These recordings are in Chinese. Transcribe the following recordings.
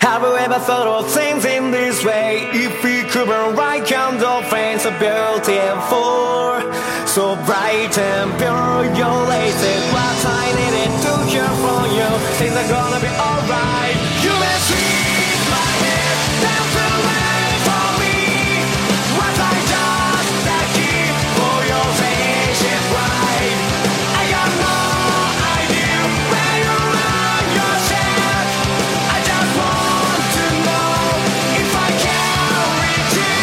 Have you ever thought of things in this way? If we could be right kind of friends, so beautiful, so bright and pure, you're lazy. What I needed to hear from you, things are gonna be alright. You may sweep my head down the rain for me. Was I just lucky for your ancient right? I got no idea where you run yourself. I just want to know if I can reach you.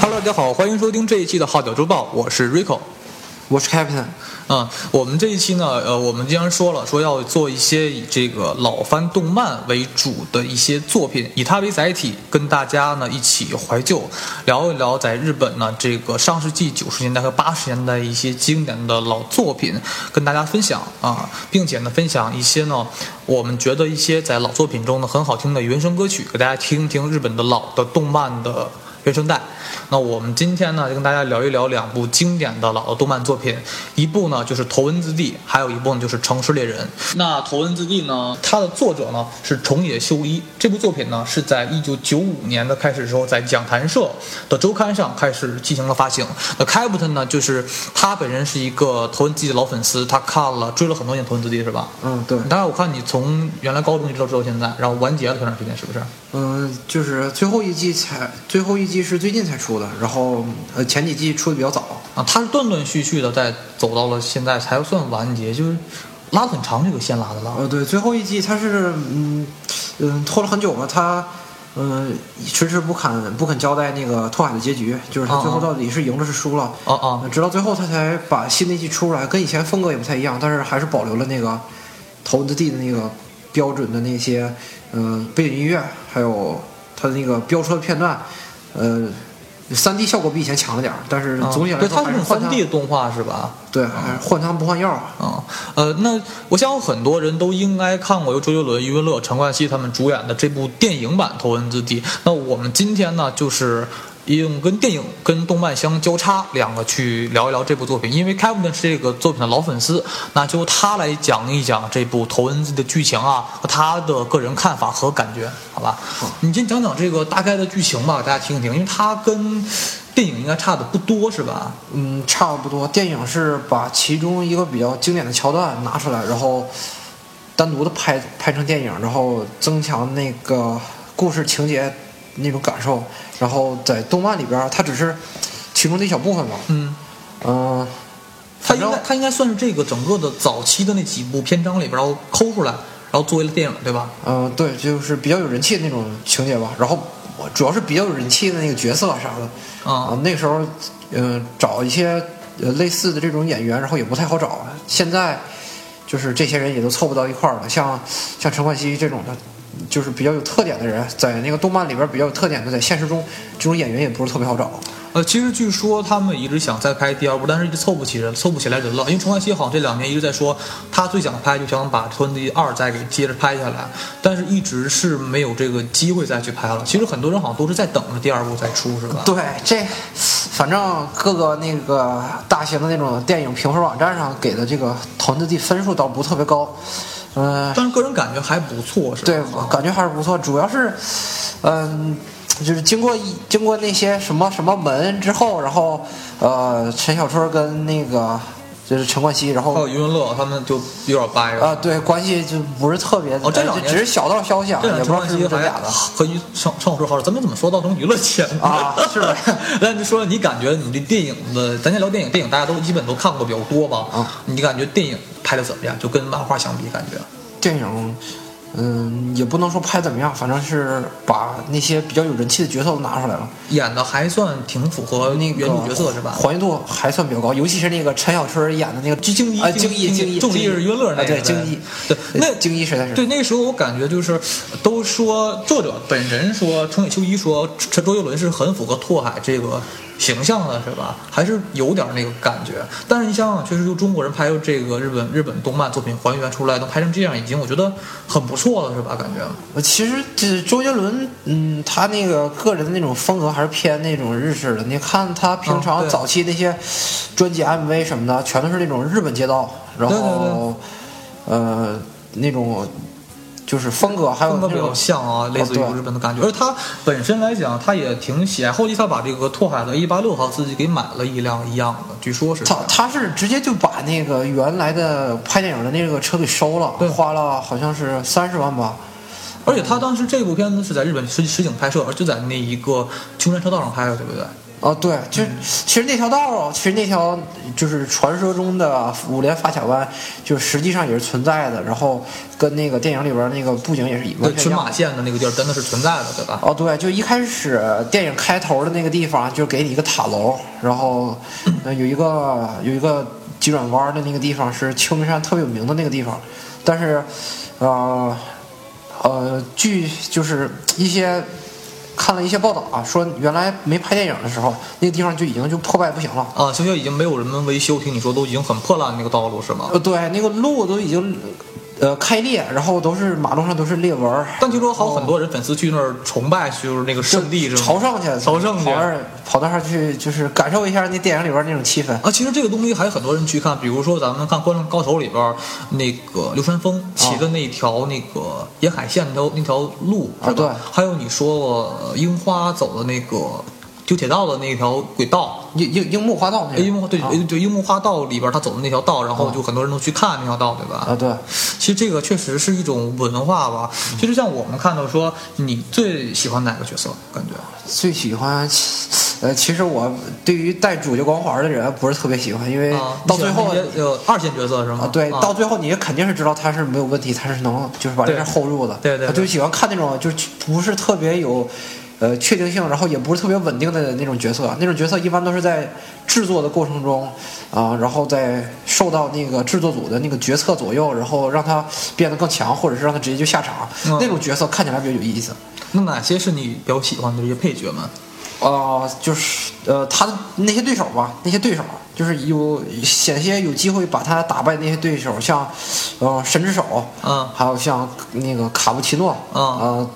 Hello，大家好，欢迎收听这一期的《号角周报》，我是 Rico。我是 Captain，啊、我们这一期呢，呃，我们既然说了，说要做一些以这个老番动漫为主的一些作品，以它为载体，跟大家呢一起怀旧，聊一聊在日本呢这个上世纪九十年代和八十年代一些经典的老作品，跟大家分享啊，并且呢分享一些呢我们觉得一些在老作品中呢很好听的原声歌曲，给大家听一听日本的老的动漫的原声带。那我们今天呢，就跟大家聊一聊两部经典的老的动漫作品，一部呢就是《头文字 D》，还有一部呢就是《城市猎人》。那《头文字 D》呢，它的作者呢是重野秀一。这部作品呢是在一九九五年的开始时候，在讲谈社的周刊上开始进行了发行。那 Captain 呢，就是他本人是一个《头文字 D》的老粉丝，他看了追了很多年《头文字 D》，是吧？嗯，对，当然，我看你从原来高中一直到到现在，然后完结了多长时间，是不是？嗯、就是最后一季才，最后一季是最近才出的，然后呃前几季出的比较早，啊，他是断断续续的在走到了现在才算完结，就是拉得很长这个线拉的拉。呃对，最后一季它是嗯嗯拖了很久嘛，它嗯迟迟不肯不肯交代那个拓海的结局，就是他最哦后哦到底是赢了是输了，哦哦直到最后他才把新的一季出来，跟以前风格也不太一样，但是还是保留了那个头文字 D 的那个标准的那些呃背景音乐，还有它的那个飙车片段，呃。三 D 效果比以前强了点儿，但是啊呃总体来对，说它还是那是种换三汤 D 动画是吧？对，还是换汤不换药啊。嗯，呃，那我想有很多人都应该看过由周杰伦、余文乐、陈冠希他们主演的这部电影版《头文字 D》。那我们今天呢，就是用跟电影跟动漫相交叉两个去聊一聊这部作品，因为 Kevin 是这个作品的老粉丝，那就由他来讲一讲这部《头文字 D》的剧情啊和他的个人看法和感觉，好吧？你先讲讲这个大概的剧情吧，给大家听一听，因为它跟电影应该差的不多是吧？嗯，差不多。电影是把其中一个比较经典的桥段拿出来，然后单独的拍拍成电影，然后增强那个故事情节那种感受。然后在动漫里边儿，它只是其中的一小部分吧。嗯。嗯、它反应正该它应该算是这个整个的早期的那几部篇章里边，然后抠出来，然后作为了电影，对吧？嗯、对，就是比较有人气的那种情节吧。然后我主要是比较有人气的那个角色啥的。啊、啊，那个时候，嗯、找一些呃类似的这种演员，然后也不太好找。啊现在就是这些人也都凑不到一块儿了，像像陈冠希这种的，就是比较有特点的人，在那个动漫里边比较有特点的，在现实中这种演员也不是特别好找。啊呃，其实据说他们一直想再拍第二部，但是一直凑不起人，凑不起来人了。因为陈冠希好像这两年一直在说，他最想拍就想把《头文字 D 二》再给接着拍下来，但是一直是没有这个机会再去拍了。其实很多人好像都是在等着第二部再出，是吧？对，这反正各个那个大型的那种电影评分网站上给的这个《头文字 D》分数倒不是特别高，嗯、但是个人感觉还不错，是吧？对，我感觉还是不错。主要是，嗯、就是经过一经过那些什么什么门之后，然后呃，陈小春跟那个就是陈冠希，然还后有余文乐他们就有点掰了。啊、对关系就不是特别，哦这两呃年只是小道消息啊，这也两不天陈冠知道是希真还假的。和娱上上说好了，咱们怎么说到成娱乐圈了啊是 吧那你说你感觉你这电影的，咱先聊电影，电影大家都基本都看过比较多吧？啊，你感觉电影拍的怎么样？就跟漫画相比，感觉电影，嗯，也不能说拍怎么样，反正是把那些比较有人气的角色都拿出来了，演的还算挺符合那原个著角色是吧？还原度还算比较高，尤其是那个陈小春演的那个就京一啊，京一京一，重力京一是约乐那啊个对，呗京一，对，那京一实在是对，那个时候我感觉就是，都说作者本人说，冲野修一说，这周杰伦是很符合拓海这个形象的，是吧？还是有点那个感觉。但是你想想，确实就中国人拍这个日本日本动漫作品还原出来，能拍成这样，已经我觉得很不错了，是吧？感觉呃，其实这周杰伦，嗯，他那个个人的那种风格还是偏那种日式的。你看他平嗯常对啊早期那些专辑、MV 什么的，全都是那种日本街道，然后对对呃那种就是风格，还有风格那比较种哦像啊，类似于对日本的感觉。而他本身来讲，他也挺喜爱。后期他把这个拓海的186号自己给买了一辆一样的，据说是这他样他是直接就把那个原来的拍电影的那个车给收了对，花了好像是三十万吧。而且他当时这部片子是在日本实实景拍摄，而就在那一个穷山车道上拍的，对不对？啊，对，就其实那条道儿，其实那条就是传说中的五连发卡湾，就实际上也是存在的。然后跟那个电影里边那个布景也是一对，完全一群样马的。县的那个地儿真的是存在的，对吧？哦，对，就一开始电影开头的那个地方，就给你一个塔楼，然后呃有一个有一个急转弯的那个地方是秋名山特别有名的那个地方，但是，呃，呃，据就是一些看了一些报道啊，说原来没拍电影的时候，那个地方就已经就破败不行了。啊，修修已经没有人们维修，听你说都已经很破烂那个道路是吗？呃，对，那个路都已经呃开裂，然后都是马路上都是裂纹儿，但据说好很多人粉丝去那儿崇拜，就是那个圣地是吗？朝圣去，朝圣去跑那儿跑那儿去，就是感受一下那电影里边那种气氛。啊，其实这个东西还有很多人去看，比如说咱们看《灌篮高手》里边儿那个流川枫骑的那条那个沿海线那条那条路，啊是吧？对还有你说过呃樱花走的那个丢铁道的那条轨道，樱樱樱木花道那个哎樱木对、啊对樱木花道里边儿他走的那条道，然后就很多人都去看那条道，对吧？啊，对，其实这个确实是一种文化吧。嗯其实像我们看到说，你最喜欢哪个角色？感觉最喜欢。呃，其实我对于带主角光环的人不是特别喜欢，因为啊，到最后你喜欢那些呃二线角色是吗啊？，对，啊到最后你肯定是知道他是没有问题，他是能就是把这对事儿 hold 住的。对对对我就喜欢看那种就是不是特别有，呃，确定性，然后也不是特别稳定的那种角色。啊那种角色一般都是在制作的过程中啊、然后再受到那个制作组的那个决策左右，然后让他变得更强，或者是让他直接就下场。嗯那种角色看起来比较有意思。那哪些是你比较喜欢的这些配角们？啊、就是呃，他的那些对手吧，那些对手啊就是有险些有机会把他打败的那些对手，像呃神之手，嗯还有像那个卡布奇诺，嗯呃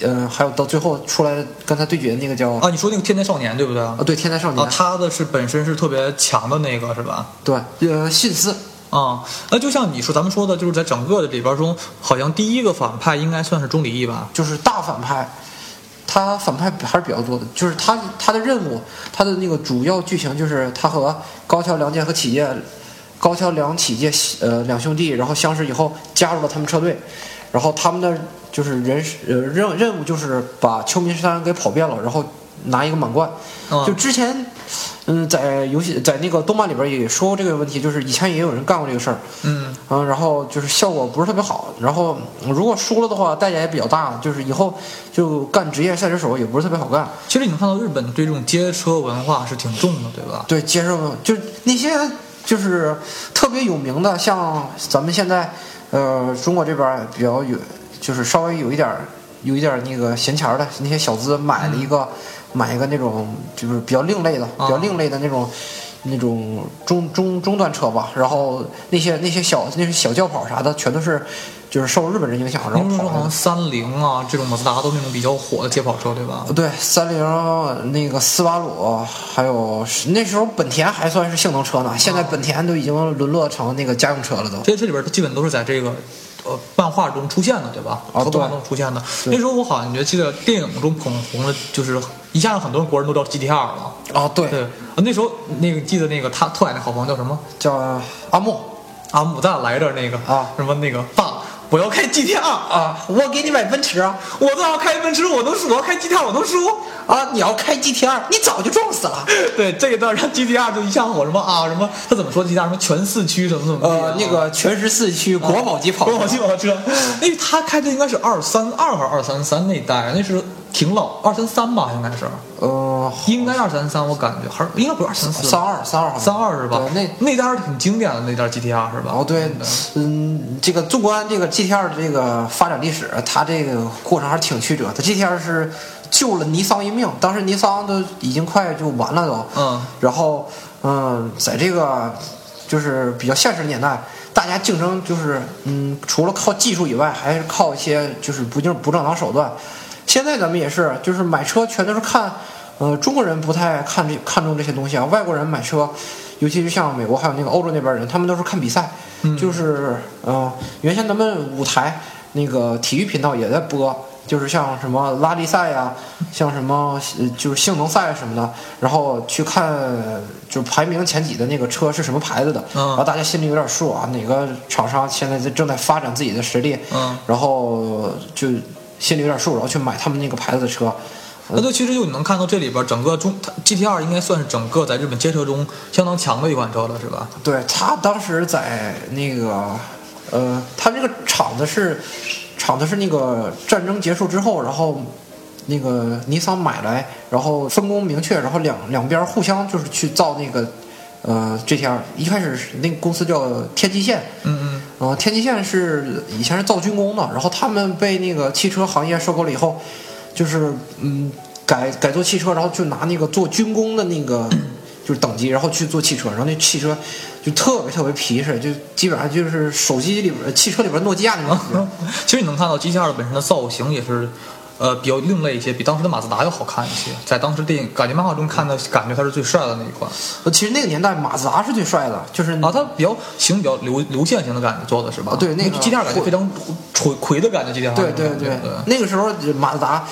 呃，还有到最后出来跟他对决的那个叫啊、啊，你说那个天才少年对不对？啊，对天才少年，他的是本身是特别强的那个是吧？对呃信斯，啊、那就像你说，咱们说的就是在整个的里边中，好像第一个反派应该算是钟离义吧？就是大反派，他反派还是比较多的，就是他他的任务，他的那个主要剧情就是他和高桥良介和企业高桥良企业呃两兄弟，然后相识以后加入了他们车队，然后他们的就是人呃任任务就是把秋名山给跑遍了，然后拿一个满贯。嗯就之前嗯在游戏在那个动漫里边也说过这个问题，就是以前也有人干过这个事儿，嗯，嗯，然后就是效果不是特别好，然后如果输了的话，代价也比较大，就是以后就干职业赛车手也不是特别好干。其实你能看到日本对这种街车文化是挺重的，对吧？对，接受就是那些就是特别有名的，像咱们现在呃中国这边儿比较有，就是稍微有一点儿有一点儿那个闲钱儿的那些小资买了一嗯个、买一个那种就是比较另类的、啊比较另类的那种。那种中中中端车吧，然后那些那些小那些小轿跑啥的，全都是就是受日本人影响，然后您说跑来好像。的三菱啊这种马自达都那种比较火的街跑车，对吧？哦对，三菱、那个斯巴鲁，还有那时候本田还算是性能车呢，现哦在本田都已经沦落成那个家用车了都。这这里边儿基本都是在这个呃漫画中出现的，对吧？啊和动画对中出现的。对那时候我好像觉得记得电影中捧红了，就是一下子很多国人都知道 GTR 了。啊，对，对，啊那时候那个记得那个他特矮那好朋友叫什么？叫阿木阿姆咱俩来着那个啊什么那个爸，我要开 GTR，啊，我给你买奔驰啊我都要开奔驰，我都输，我要开 GTR 我都输。 啊！你要开 GTR，你早就撞死了。对这一段让 GTR 就一下火什么啊什么，他怎么说 GTR 什么全四驱什么怎么地啊呃，那个全时四驱国宝级跑车，国宝级跑车，那他开的应该是二三二还是二三三那一代，啊那是挺老，二三三吧应该是，呃，应该二三三我感觉还是应该不是二三四，三二三二三二是吧？对那那代还是挺经典的那代 GTR 是吧？哦，对，嗯，这个纵观这个 GTR 的这个发展历史，它这个过程还是挺曲折的。GTR 是救了尼桑一命，当时尼桑都已经快就完了都，嗯，然后嗯，在这个就是比较现实的年代，大家竞争就是嗯，除了靠技术以外，还是靠一些就是不正不正当手段。现在咱们也是，就是买车全都是看，呃，中国人不太看这看重这些东西啊，外国人买车尤其是像美国还有那个欧洲那边人，他们都是看比赛，就是嗯、呃原先咱们舞台那个体育频道也在播，就是像什么拉力 赛呀、像什么呃就是性能赛什么的，然后去看就是排名前几的那个车是什么牌子的，嗯然后大家心里有点数啊，哪个厂商现在在正在发展自己的实力，嗯然后就心里有点数，然后去买他们那个牌子的车。那就其实就你能看到这里边整个中 GTR 应该算是整个在日本街车中相当强的一款车了，是吧？对他当时在那个，呃，他这个厂子是，厂子是那个战争结束之后，然后那个尼桑买来，然后分工明确，然后两两边互相就是去造那个，呃，GTR。一开始是那个公司叫天际线，嗯嗯。呃，天际线是以前是造军工的，然后他们被那个汽车行业收购了以后，就是嗯改改做汽车，然后就拿那个做军工的那个就是等级，然后去做汽车，然后那汽车就特别特别皮实，就基本上就是手机里边儿汽车里边儿诺基亚那种感觉。 其实你能看到 GTR 本身的造型也是，呃，比较另类一些，比当时的马自达要好看一些。在当时电影感觉漫画中看的感觉，它是最帅的那一款呃其实那个年代马自达是最帅的，就是啊，它比较型比较流流线型的感觉做的是吧？啊对那个 GTR 感觉非常垂垂的感觉，GTR 对对啊那种感觉呃对，那个时候马自达，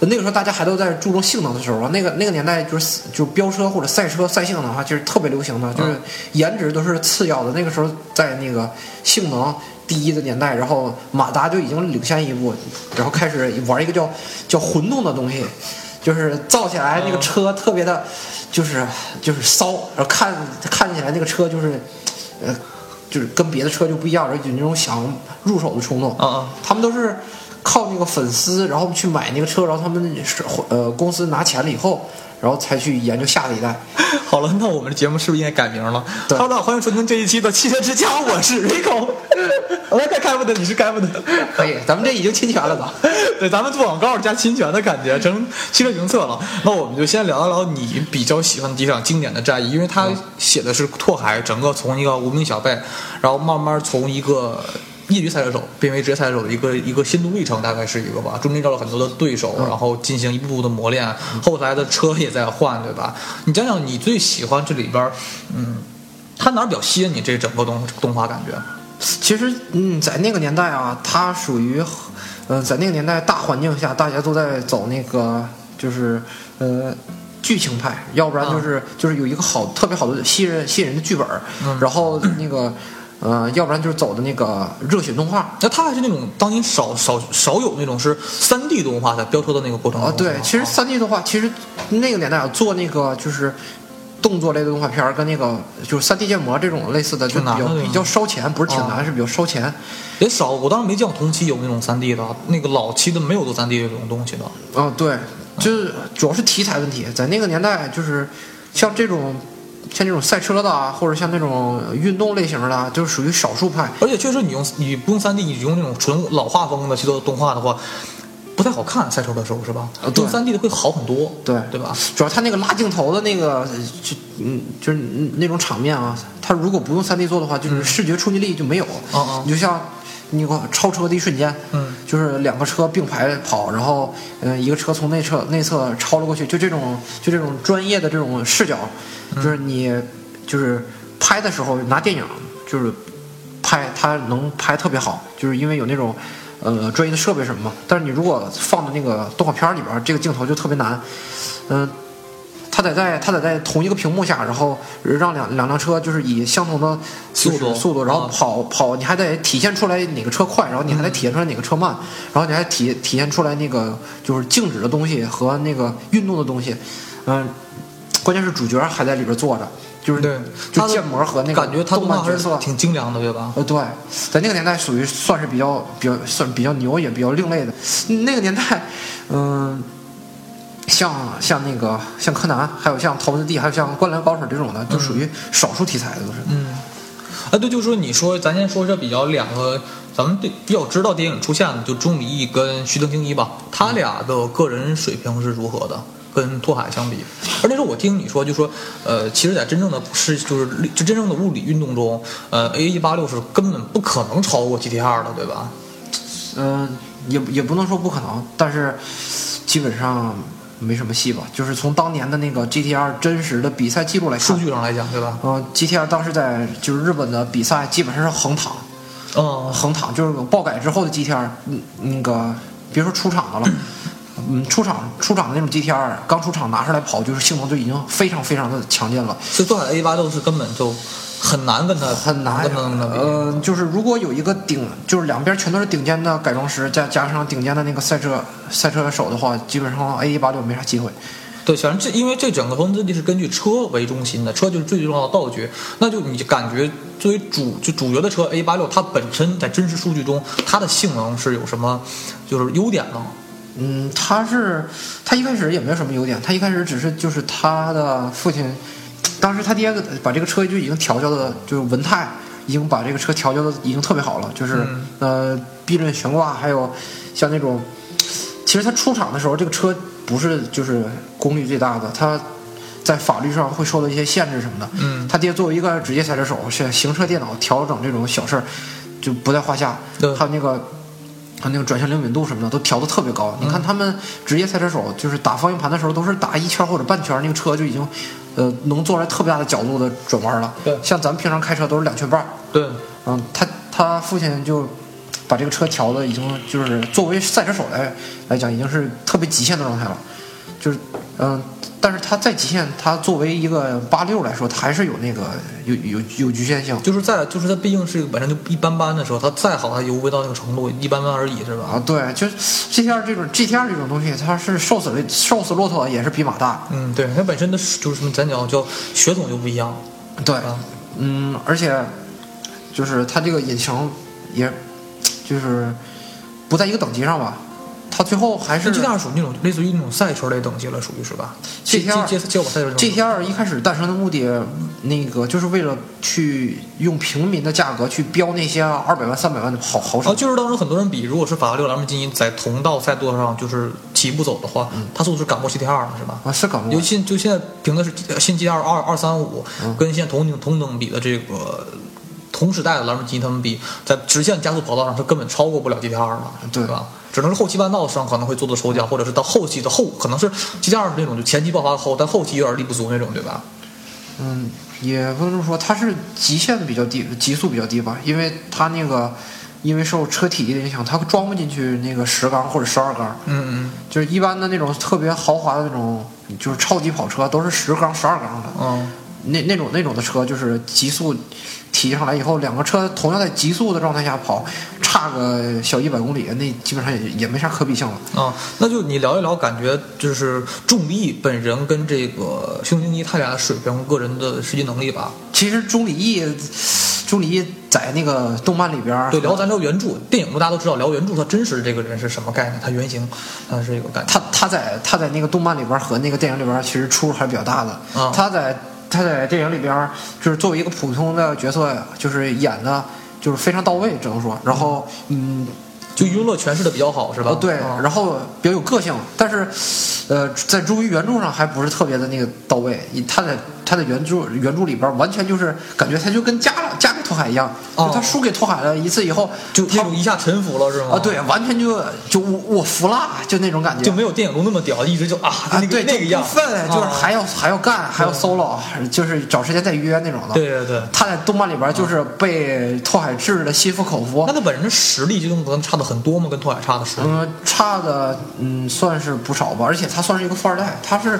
那个时候大家还都在注重性能的时候啊，那个那个年代就是就是飙车或者赛车赛性能的话，就是特别流行的，就是颜值都是次要的。那个时候在那个性能第一的年代，然后马达就已经领先一步，然后开始玩一个叫叫混动的东西。就是造起来那个车特别的，就是就是骚，然后看看起来那个车就是，呃，就是跟别的车就不一样，然后有那种想入手的冲动。啊啊，他们都是靠那个粉丝，然后去买那个车，然后他们是呃公司拿钱了以后，然后才去研究下一代。好了，那我们的节目是不是应该改名了对哈喽，大家好欢迎收听这一期的《汽车之家》，我是 Rico，我是该开不得，你是该不得。可以，咱们这已经侵权了吧？ 对，咱们做广告加侵权的感觉，成汽车评测了。那我们就先聊一聊你比较喜欢的几场经典的战役，因为它嗯写的是拓海整个从一个无名小辈，然后慢慢从一个业余赛车手变为职业赛车手的一个一个心路历程，大概是一个吧。中间遇到了很多的对手，嗯然后进行一步步的磨练，后来的车也在换，对吧？你讲讲你最喜欢这里边儿，嗯，它哪儿比较吸引你？这整个动动画感觉？其实，嗯，在那个年代啊，它属于，呃，在那个年代大环境下，大家都在走那个就是呃剧情派，要不然就是、就是有一个好特别好的吸人吸引人的剧本儿，然后那个呃，要不然就是走的那个热血动画。那它还是那种当年少少少有那种是三 D 动画在飙车的那个过程啊，中对是吗，其实三 D 的话，其实那个年代啊，做那个就是动作类的动画片儿，跟那个就是三 D 建模这种类似的，就挺比难较的对吧哦比较烧钱，不是挺难，是比较烧钱。也少，我当时没见过同期有那种三 D 的，那个老期的没有做三 D 这种东西的。啊，对，哦就是主要是题材问题，在那个年代，就是像这种像这种赛车的啊，或者像那种运动类型的啊，就是属于少数派。而且确实，你用你不用三 D，你用那种纯老画风的去做动画的话，不太好看。赛车的时候是吧？啊对用三 D 的会好很多。对对吧？主要他那个拉镜头的那个，就嗯，就是那种场面啊，他如果不用三 D 做的话，就是视觉冲击力就没有。嗯嗯你就像你给我超车的一瞬间，嗯，就是两个车并排跑，然后嗯、呃一个车从内侧内侧超了过去，就这种就这种专业的这种视角，就是你就是拍的时候拿电影就是拍它能拍特别好，就是因为有那种呃专业的设备什么嘛。但是你如果放到那个动画片里边儿，这个镜头就特别难。嗯、它得在它得在同一个屏幕下，然后让两两辆车就是以相同的就速是度速度，然后啊跑跑，你还得体现出来哪个车快，然后你还得体现出来哪个车慢，然后你还体体现出来那个就是静止的东西和那个运动的东西，嗯、关键是主角还在里边坐着，就是对，就它的建模和那个感觉它动动画漫还角色是挺精良的，对吧？呃，对，在那个年代属于算是比较比较算比较牛，也比较另类的。那个年代，嗯、像像那个像柯南，还有像《头文字 D》，还有像《灌篮高手》这种的，嗯就属于少数题材的，都是。嗯，啊，对，就是说你说咱先说这比较两个，咱们对比较知道电影出现的，就钟离毅跟徐藤京一吧，他俩的个人水平是如何的？跟拓海相比，而那时候我听你说，就说，呃，其实，在真正的是就是就真正的物理运动中，呃，A 一八六是根本不可能超过 GTR 的，对吧？呃也也不能说不可能，但是基本上没什么戏吧？就是从当年的那个 GTR 真实的比赛记录来看数，据上来讲，对吧？嗯、g t r 当时在就是日本的比赛基本上是横躺，嗯，呃横躺就是爆改之后的 GTR，嗯，那个别说出厂的了，嗯，出厂出厂的那种 GTR 啊刚出厂拿出来跑，就是性能就已经非常非常的强劲了，所以多彩 A 八六是根本就很难跟它很难跟它跟它比。呃，就是如果有一个顶，就是两边全都是顶尖的改装师，再加上顶尖的那个赛车赛车手的话，基本上 A 1 8 6没啥机会。对，反正这因为这整个投资地是根据车为中心的，车就是最重要的道具。那就你感觉作为主就主角的车 A 八六，它本身在真实数据中，它的性能是有什么就是优点呢？嗯，他是他一开始也没有什么优点，他一开始只是就是他的父亲，当时他爹把这个车就已经调教的，就是文泰已经把这个车调教的已经特别好了，就是、嗯呃避震悬挂，还有像那种，其实他出厂的时候这个车不是就是功率最大的，他在法律上会受到一些限制什么的。嗯他爹作为一个职业赛车手，是行车电脑调整这种小事儿就不在话下对。还有那个他啊那个转向灵敏度什么的都调的特别高。你嗯看他们职业赛车手，就是打方向盘的时候，都是打一圈或者半圈，那个车就已经，呃，能做出来特别大的角度的转弯了。对像咱们平常开车都是两圈半儿。对，嗯，他他父亲就把这个车调的已经就是作为赛车手来来讲，已经是特别极限的状态了。就是嗯，但是他再极限，他作为一个八六来说，他还是有那个有有有局限性。就是在就是它毕竟是本身就一般般的时候，它再好它也无非到那个程度，一般般而已，是吧？啊，对，就是 GTR 这种 GTR 这种东西，它是瘦死了瘦死骆驼也是比马大，嗯，对，它本身的就是什么，咱讲叫血统就不一样对，啊。嗯，而且就是它这个引擎也就是不在一个等级上吧，它最后还是那 GTR 属于那种类似于那种赛车类等级了，属于是吧 GTR 接接我赛车这种 GTR 一开始诞生的目的，那个就是为了去用平民的价格去标那些二百万、三百万的豪豪啊，车，就是当时很多人比，如果是法拉利、兰博基尼在同道赛道上就是齐步走的话，它速度是赶不过 GTR 的，是吧？啊，是搞不尤其就现在评的是新 GTR 二二三五，跟现在同等同等比的这个同时代的兰博基尼他们比，在直线加速跑道上，它根本超过不了 GTR 了，对吧？只能是后期弯道上可能会做做手脚，或者是到后期的后，可能是 GTR 是那种就前期爆发后，但后期有点力不足那种，对吧？嗯，也不能这么说，它是极限比较低，极速比较低吧，因为它那个因为受车体积的影响，它装不进去那个十缸或者十二缸，嗯就是一般的那种特别豪华的那种，就是超级跑车都是十缸、十二缸的嗯，嗯，那那种那种的车，就是极速提上来以后，两个车同样在极速的状态下跑，差个小一百公里，那基本上也也没啥可比性了。啊，那就你聊一聊，感觉就是重力本人跟这个胸襟一他俩的水平、个人的实际能力吧。其实钟离义，钟离义在那个动漫里边儿对，聊咱聊原著，电影中大家都知道，聊原著他真实的这个人是什么概念，他原型，他是一个感觉。他他在他在那个动漫里边儿和那个电影里边儿其实出入还是比较大的。嗯他在他在电影里边儿就是作为一个普通的角色，就是演的就是非常到位，只能说。然后嗯，就娱乐诠释的比较好，是吧？哦对，啊然后比较有个性，但是呃，在朱于原著上还不是特别的那个到位。他在他在原著原著里边儿完全就是感觉他就跟嫁了嫁给拓海一样，哦就他输给拓海了一次以后，就他那种一下臣服了，是吗？啊，对，完全就就我我服了，就那种感觉，就没有电影中那么屌，一直就啊，啊，那个对，那个就样不，分，就是啊还要还要干，还要 solo，就是找时间再约那种的。对对对。他在动漫里边就是被拓海治的心服口服那，他本人的实力就跟能差的很多吗？跟拓海差的实力？嗯，差的嗯算是不少吧，而且他算是一个富二代，他是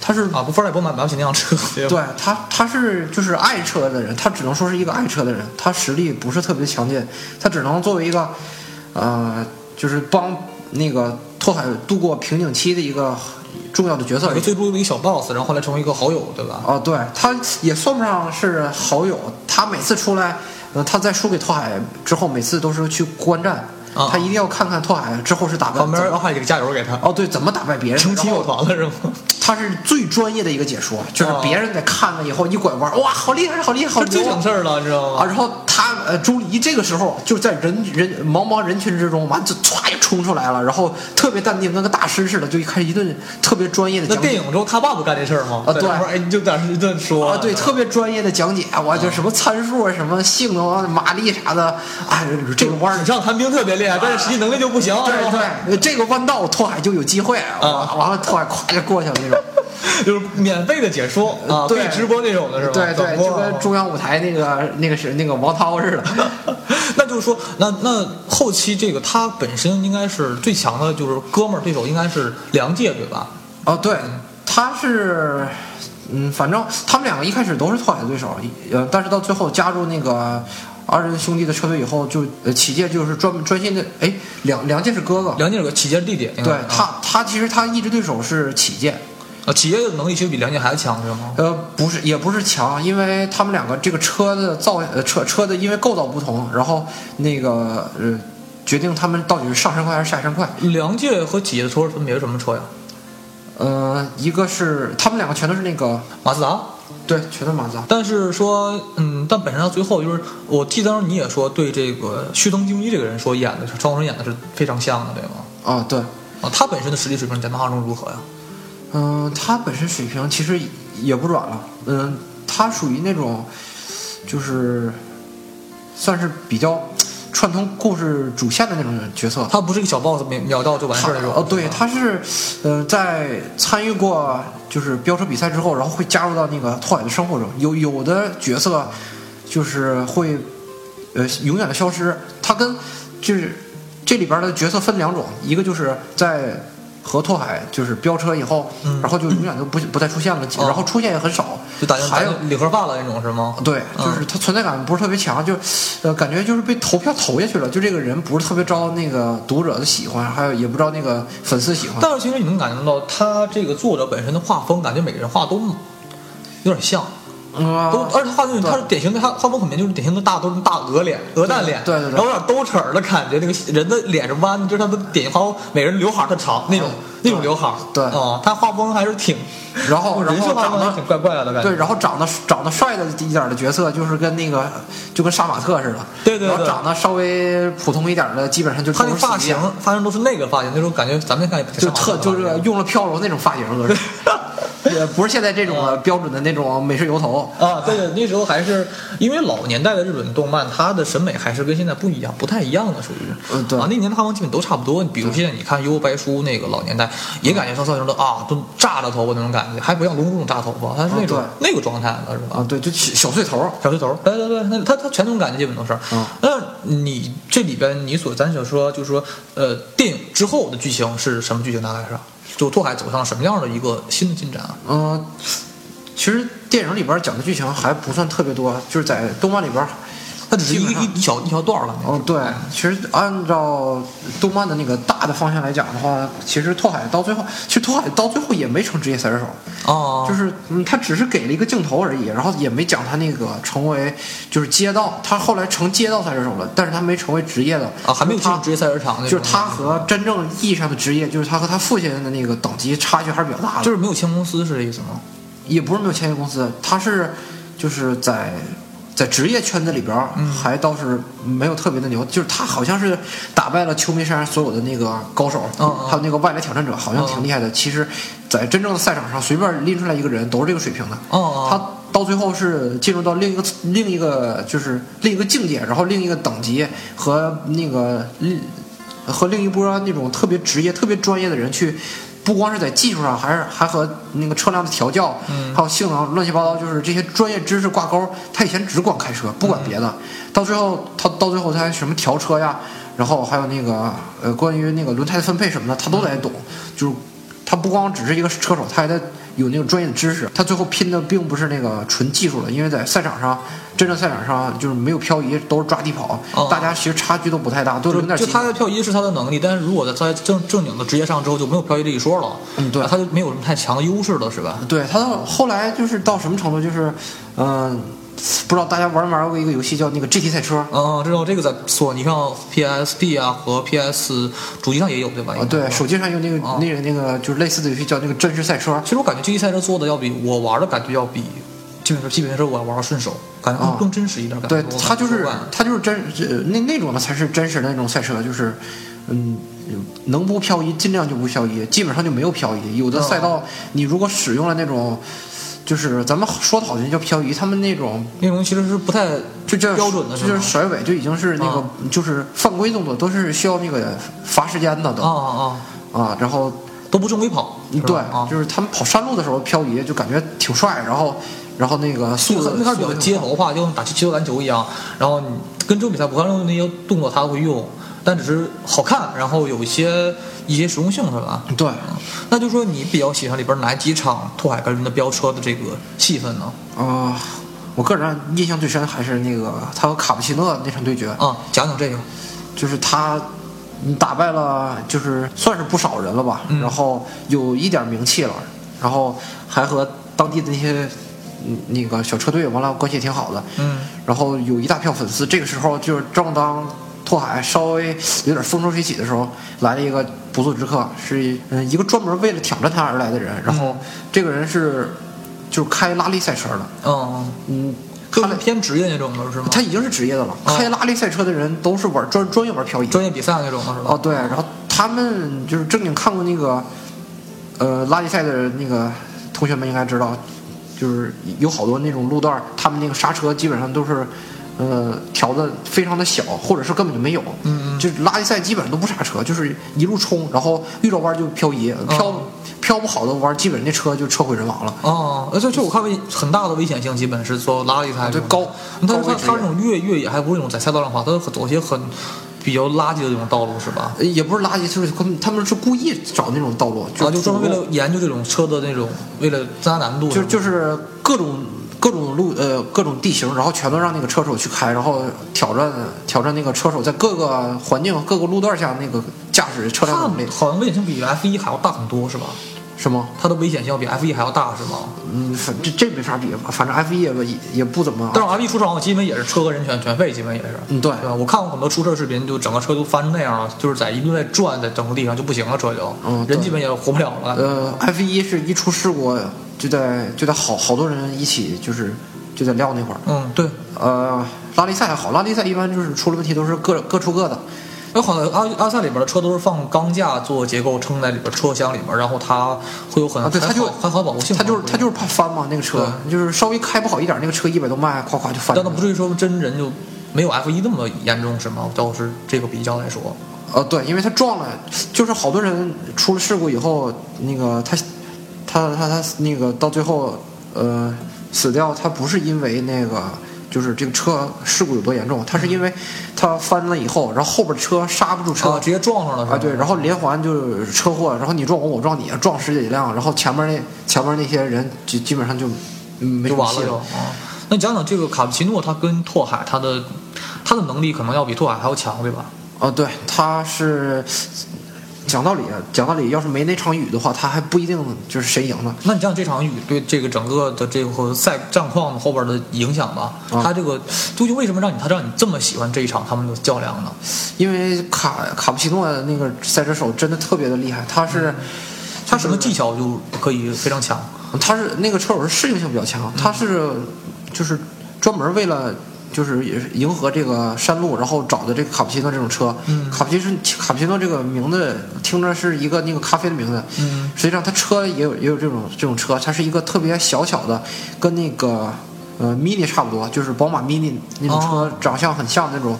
他是啊，不，富二代不买买不起那辆车，对吧？对他，他是就是爱车的人，他只能说是一个爱车的人，他实力不是特别强劲，他只能作为一个，呃，就是帮那个拓海度过瓶颈期的一个重要的角色有而个已。最初的一个小 boss，然后后来成为一个好友，对吧？哦，对他也算不上是好友，他每次出来，呃，他在输给拓海之后，每次都是去观战，啊他一定要看看拓海之后是打败旁边怎么然后还有一个加油给他，哦，对，怎么打败别人的，成亲然友后团了是吗？ 他是最专业的一个解说，就是哦别人在看了以后一拐弯，哇，好厉害，好厉害，好这最牛啊省事儿了，你知道啊，吗？然后他他呃朱黎这个时候就在人人茫茫人群之中，完就歘就冲出来了，然后特别淡定，跟个大师似的，就一开始一顿特别专业的那讲电解。影中他爸不干这事儿吗？啊在对那块儿哎，你就在那儿一顿说啊，对，特别专业的讲解，啊我就什么参数啊，什么性能啊、马力啥的，啊，这个弯儿纸上谈兵特别厉害，但是实际能力就不行。啊对是吧对，这个弯道拓海就有机会，啊完完了拓海咵就过去了那 种。 就是免费的解说啊，对可以直播那种的是吧？对对，转播就跟中央舞台那个那个是那个王涛似的。 那就是说，那那后期这个他本身应该是最强的，就是哥们儿对手应该是梁界对吧？哦，对，他是，嗯，反正他们两个一开始都是拓海的对手，呃，但是到最后加入那个二人兄弟的车队以后，就呃，启介就是专门专心的，哎，梁梁介是哥哥，梁界有个企业弟弟，应该对啊他他其实他一直对手是启介，啊，企业的能力其实比梁界还强是吗？呃，不是，也不是强，因为他们两个这个车的造呃车车的因为构造不同，然后那个呃决定他们到底是上山快还是下山快。梁界和企业的车分别是什么车呀？呃，一个是他们两个全都是那个马自达。对，全都是马自达。但是说，嗯，但本身到最后就是，我记得当时你也说对这个须藤京一这个人说演的是张国荣演的是非常像的，对吗？啊，对，啊，他本身的实力水平在漫画中如何呀？嗯、他本身水平其实也不软了，嗯、他属于那种就是算是比较串通故事主线的那种角色。他不是一个小 boss 秒秒到就完事儿那种。哦，啊对，是吧他是，呃，在参与过就是飙车比赛之后，然后会加入到那个拓海的生活中。有有的角色就是会，呃，永远的消失。他跟就是这里边的角色分两种，一个就是在和拓海就是飙车以后，嗯然后就永远都不不再出现了，哦然后出现也很少。就打进还有理科饭了那种是吗？哦对，嗯就是他存在感不是特别强，就，呃，感觉就是被投票投下去了，就这个人不是特别招那个读者的喜欢，还有也不招那个粉丝喜欢。但是其实你能感觉到，他这个作者本身的画风，感觉每个人画都有点像，嗯，都而且画风对他是典型的，他画风很明，就是典型的大都是大鹅脸、鹅蛋脸，对对对对然后有点兜齿儿的感觉，那个人的脸是弯的，就是他的典型画风，每个人刘海儿特长那种嗯那种刘海儿，对啊，他画风还是挺，然后然人设后画长风还得挺怪怪的感对，觉，然后长得长得帅的一点的角色，就是跟那个就跟杀马特似的，对对对然后长得稍微普通一点的，基本上就他那都是发死型样发型都是那个发型，那种感觉咱们看也挺就像马特特的就是发型用了飘柔那种发型，可是 也不是现在这种了标准的那种美式油头。啊，对对，那时候还是因为老年代的日本动漫，它的审美还是跟现在不一样，不太一样的，属于是。嗯对啊，那年的画风基本都差不多。比如现在你看《幽游白书》那个老年代，也感觉到造型都啊，都炸了头发那种感觉，还不像龙珠那种炸头发，它是那种、啊那个状态的是吧？啊，对，就小小碎头，小碎头，对对对，那他他全那种感觉基本都是。嗯那你这里边你所咱所说就是说，呃，电影之后的剧情是什么剧情？大概是就拓海走上什么样的一个新的进展啊？嗯，其实电影里边讲的剧情还不算特别多，就是在动漫里边，它只是一基本上一一小一小段儿了。嗯，对，其实按照动漫的那个大的方向来讲的话，其实拓海到最后，其实拓海到最后也没成职业赛车手，哦，就是嗯，他只是给了一个镜头而已，然后也没讲他那个成为就是街道，他后来成街道赛车手了，但是他没成为职业的啊，还没有进他入职业赛车场那种，就是他和真正意义上的职业，就是他和他父亲的那个等级差距还是比较大的。就是没有签公司是这意思吗？也不是没有签约公司，他是就是在在职业圈子里边儿嗯还倒是没有特别的牛，就是他好像是打败了秋名山所有的那个高手，嗯嗯还有那个外来挑战者，好像挺厉害的。其实，在真正的赛场上，随便拎出来一个人都是这个水平的。哦哦他到最后是进入到另一个另一个就是另一个境界，然后另一个等级和那个另和另一波那种特别职业、特别专业的人去，不光是在技术上，还是还和那个车辆的调教，嗯还有性能乱七八糟，就是这些专业知识挂钩。他以前只管开车，不管别的，嗯到最后他到最后他还什么调车呀，然后还有那个呃关于那个轮胎的分配什么的，他都得嗯懂，就是。他不光只是一个车手，他还得有那个专业的知识。他最后拼的并不是那个纯技术了，因为在赛场上，真正赛场上就是没有漂移，都是抓地跑，哦大家其实差距都不太大，都是就零点就几他秒。的漂移是他的能力，但是如果在他正正经的职业上之后就没有漂移这一说了，嗯对啊他就没有什么太强的优势了，是吧？对他到后来就是到什么程度，就是嗯、不知道大家玩没玩过一个游戏叫那个 GT 赛车。嗯，这种这个在索尼上、PSP 啊和 PS 主机上也有，对吧？啊，对，手机。机上有那个、哦那个那个就是类似的游戏叫那个真实赛车，其实我感觉这一赛车做的要比我玩的感觉要比基本是批评说我玩的顺手，感觉更啊更真实一点，感觉对我他就是玩他就是真呃那那种的才是真实的那种赛车，就是嗯，能不漂移尽量就不漂移，基本上就没有漂移。有的嗯赛道你如果使用了那种，就是咱们说的好听叫漂移，他们那种那种其实是不太就叫标准的是就吗是甩尾就已经是那个啊就是犯规动作都是需要那个罚时间的都啊啊啊，然后啊，都不正规跑，是吧对啊，就是他们跑山路的时候漂移就感觉挺帅，然后然后那个就速是度那开始比速较度街头化，就像打球篮球一样。然后你跟这种比赛不看那些动作他会用，但只是好看，然后有一些一些实用性是吧？对。那就说你比较喜欢里边哪几场拓海跟人的飙车的这个气氛呢？啊、我个人印象最深还是那个他和卡布奇诺那场对决，呃啊，讲讲这个。就是他打败了，就是算是不少人了吧，嗯然后有一点名气了，然后还和当地的那些嗯那个小车队完了关系也挺好的，嗯，然后有一大票粉丝。这个时候就是正当拓海稍微有点风生水起的时候，来了一个不速之客，是嗯一个专门为了挑战他而来的人，然后这个人是就是开拉力赛车的，嗯，嗯。就他是来偏职业那种的是吗？他已经是职业的了。啊开拉力赛车的人都是玩专专业玩漂移。专业比赛那种的是吧？哦，对，然后他们就是正经看过那个，呃，拉力赛的那个同学们应该知道，就是有好多那种路段，他们那个刹车基本上都是，呃，调的非常的小，或者是根本就没有。嗯嗯就是拉力赛基本上都不刹车，就是一路冲，然后遇到弯就漂移，漂、哦漂不好的弯，基本那车就车毁人亡了。哦，而且这我看危很大的危险性，基本是做拉力赛这对种，哦高但是高它位它这置种越越野还不是那种在赛道上滑，它很走一些很比较垃圾的这种道路是吧？呃也不是垃圾，就是他们他们是故意找那种道路，啊，就土专门为路了研究这种车的那种，为了增加难度就是吗，就是各种各种路呃各种地形，然后全都让那个车手去开，然后挑战挑战那个车手在各个环境各个路段下那个驾驶车辆它能力，好像危险性比 F 一还要大很多是吧？是吗？它的危险性要比 F 一还要大是吗？嗯，反这这没法比吧，反正 F 一也不也也不怎么。但是 F 一出场基本也是车和人全全废，基本也是。嗯，对，对吧？我看过很多出事视频，就整个车都翻成那样了，就是在一顿在转，在整个地上就不行了，车就，嗯对人基本也活不了了。呃，F 一是一出事故就在就在好好多人一起就是就在撂那会儿。嗯，对。呃，拉力赛还好，拉力赛一般就是出了问题都是各各出各的。那哎好像阿阿塞里边的车都是放钢架做结构撑在里边车厢里边，然后它会有很啊对它就很好很好保护性嘛，他就是对他就是怕翻嘛，那个车就是稍微开不好一点，那个车一百多迈，夸夸就翻。但它不至于说真人就没有 F 一那么严重是吗？倒是这个比较来说，呃，对，因为他撞了，就是好多人出了事故以后，那个他，他他他那个到最后，呃，死掉，他不是因为那个就是这个车事故有多严重，他是因为他翻了以后，然后后边车刹不住车。啊，直接撞上了是吧？啊，对，然后连环就是车祸，然后你撞我，我撞你，撞十几辆，然后前面那前面那些人就基本上就嗯没就什么完戏了就啊。那讲讲这个卡布奇诺，他跟拓海他的他的能力可能要比拓海还要强，对吧？啊，对，他是讲道理，啊，讲道理，要是没那场雨的话，他还不一定就是谁赢呢。那你讲讲这场雨对这个整个的这个赛战况后边的影响吧？啊他这个究竟为什么让你他让你这么喜欢这一场他们的较量呢？因为卡卡布奇诺那个赛车手真的特别的厉害，他是、他什么技巧就可以非常强？他是那个车手是适应性比较嗯强，他是就是专门为了。就是也是迎合这个山路，然后找的这个卡布奇诺这种车。嗯卡布奇诺卡布奇诺这个名字听着是一个那个咖啡的名字，嗯实际上它车也有也有这种这种车，它是一个特别小巧的，跟那个呃 mini 差不多，就是宝马 mini 那种哦车，长相很像那种，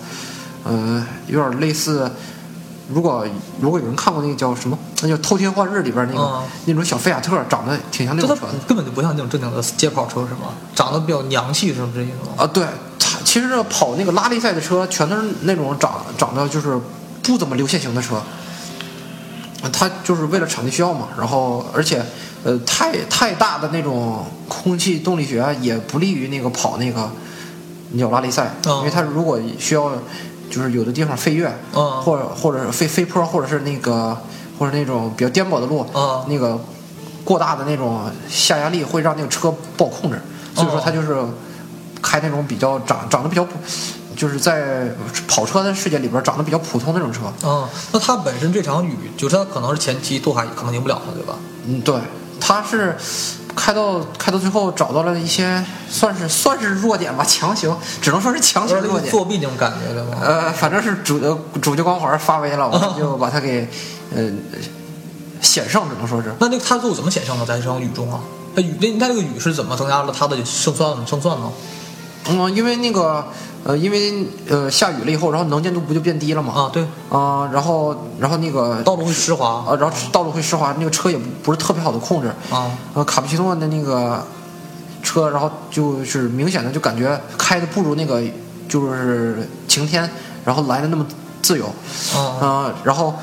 呃，有点类似。如果如果有人看过那个叫什么，那叫《偷天换日》里边那个、哦那种小菲亚特，长得挺像那就种他车的根本就不像那种正经的街跑车是吗？长得比较洋气是不是这意思吗？啊。对，它其实跑那个拉力赛的车，全都是那种长长得就是不怎么流线型的车。它就是为了场地需要嘛，然后而且，呃，太太大的那种空气动力学啊也不利于那个跑那个鸟拉力赛，哦因为它如果需要，就是有的地方飞跃，哦或者或者飞飞坡，或者是那个或者那种比较颠簸的路，哦那个过大的那种下压力会让那个车不好控制，所以说哦它就是开那种比较长长得比较普，就是在跑车的世界里边长得比较普通那种车，哦嗯，那他本身这场雨，就是他可能是前期拓海可能赢不了的，对吧？嗯，对，他是开到开到最后找到了一些算是算是弱点吧，强行只能说是强行有点弱那个点。作弊那种感觉，对吧？呃，反正是主的主角光环发威了，我们就把他给呃险胜，只能说是。那那个他最后怎么险胜的？在这场雨中啊，他雨那那这个雨是怎么增加了他的胜算胜算呢？嗯，因为那个呃，因为呃下雨了以后，然后能见度不就变低了嘛？啊，对，啊、然后然后那个道路会湿滑呃，然后道路会湿滑，那个车也不不是特别好的控制。啊，呃，卡布奇诺的那个车，然后就是明显的就感觉开的不如那个就是晴天，然后来的那么自由，嗯呃，然后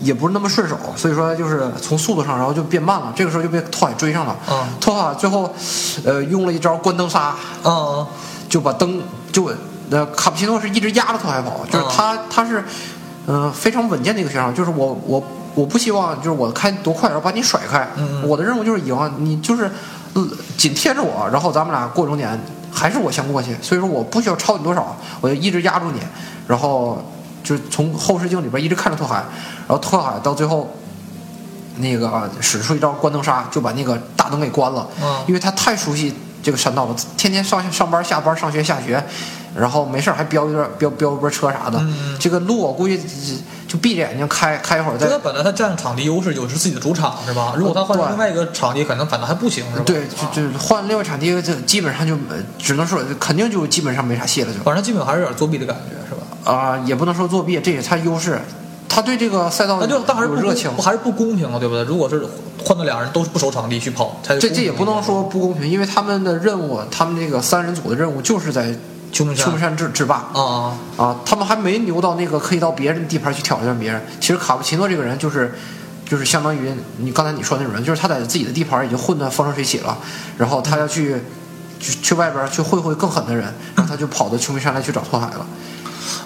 也不是那么顺手，所以说就是从速度上，然后就变慢了。这个时候就被拓海追上了，嗯拓海最后呃用了一招关灯杀，嗯就把灯就呃卡布奇诺是一直压着拓海跑，就是嗯他、他是嗯、呃非常稳健的一个选手，就是我我我不希望就是我开多快，然后把你甩开，嗯嗯我的任务就是赢，你就是、呃紧贴着我，然后咱们俩过终点还是我先过去，所以说我不需要超你多少，我就一直压住你，然后就是从后视镜里边一直看着拓海，然后拓海到最后。那个啊使出一招关灯杀，就把那个大灯给关了。嗯因为他太熟悉这个山道了，天天上上班、下班、上学、下学，然后没事儿还飙一段飙飙一波车啥的。嗯这个路我估计就闭着眼睛开开一会儿就再他本来他占场地优势，有是自己的主场是吧？如果他换成对另外一个场地，可能反倒还不行是吧？对，就就换另外场地，这基本上就呃只能说肯定就基本上没啥戏了就。反正基本上还是有点作弊的感觉是吧？啊、也不能说作弊，这也是他优势。他对这个赛道那就但还是哦有不热情公，还是不公平了，啊对不对？如果是换到俩人都是不守场地去跑，才这这也不公平能说不公平，因为他们的任务，他们这个三人组的任务就是在秋名山秋名山制制霸。啊啊，他们还没牛到那个可以到别人的地盘去挑战别人。其实卡布奇诺这个人就是，就是相当于你刚才你说的那种人，就是他在自己的地盘已经混得风生水起了，然后他要去去去外边儿去会会更狠的人，然后他就跑到秋名山来去找拓海了。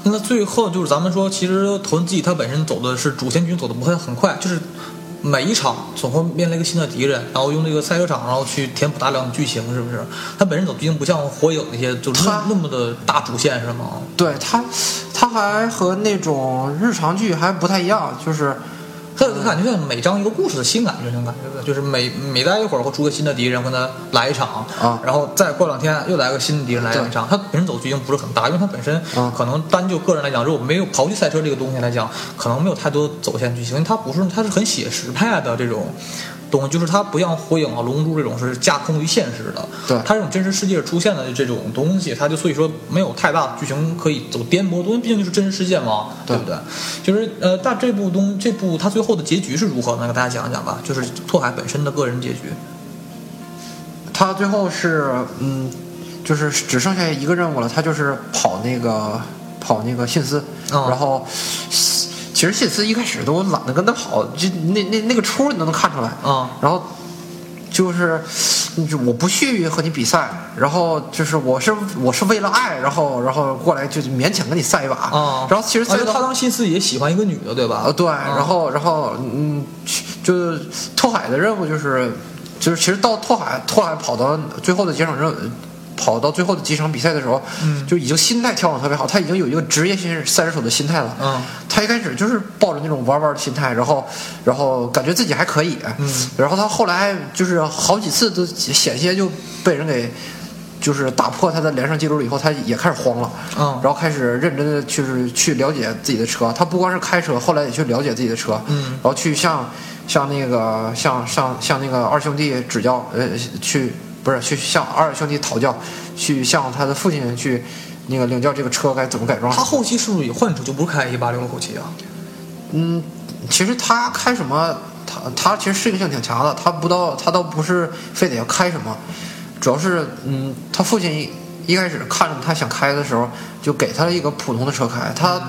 那最后就是咱们说，其实投机它本身走的是主线剧情走的不会很快，就是每一场总会面临一个新的敌人，然后用这个赛车场，然后去填补大量的剧情，是不是？它本身走剧情不像火影那些就是那它那么的大主线是吗？对他，他还和那种日常剧还不太一样，就是它有个感觉像每章一个故事的新感觉那种感觉，就是每每待一会儿会出个新的敌人跟他来一场，啊然后再过两天又来个新的敌人来一对场。它本身走剧情不是很大，因为它本身啊可能单就个人来讲，如果没有刨去赛车这个东西来讲，可能没有太多走线剧情，因为它不是它是很写实派的这种。东西，就是它不像火影啊、龙珠这种是架空于现实的，对它这种真实世界出现的这种东西，它就所以说没有太大的剧情可以走颠簸，因为毕竟就是真实事件嘛，对对不对？就是呃，但这部东这部它最后的结局是如何呢？给大家讲一讲吧，就是拓海本身的个人结局。他最后是嗯，就是只剩下一个任务了，他就是跑那个跑那个信丝，哦然后其实信丝一开始都懒得跟他跑，就那那那个出你都能看出来，哦然后就是就是我不去和你比赛，然后就是我是我是为了爱，然后然后过来就勉强跟你赛一把，啊、然后其实啊赛就道他当心思也喜欢一个女的，对吧？啊，对，啊然后然后嗯，就是拓海的任务就是就是其实到拓海拓海跑到最后的几场任务。跑到最后的几场比赛的时候，嗯就已经心态调整特别好，他已经有一个职业性赛车手的心态了。嗯他一开始就是抱着那种玩玩的心态，然后，然后感觉自己还可以，嗯然后他后来就是好几次都险些就被人给就是打破他的连胜记录了以后，他也开始慌了，嗯然后开始认真的就是去了解自己的车，他不光是开车，后来也去了解自己的车，嗯然后去向向那个向上向那个二兄弟指教，呃，去不是去向二兄弟讨教，去向他的父亲去那个领教这个车该怎么改装。他后期是不是也换车就不是开 A 八六了后期啊？嗯，其实他开什么，他他其实适应性挺强的，他不到他倒不是非得要开什么，主要是嗯，他父亲一一开始看着他想开的时候，就给他了一个普通的车开，他、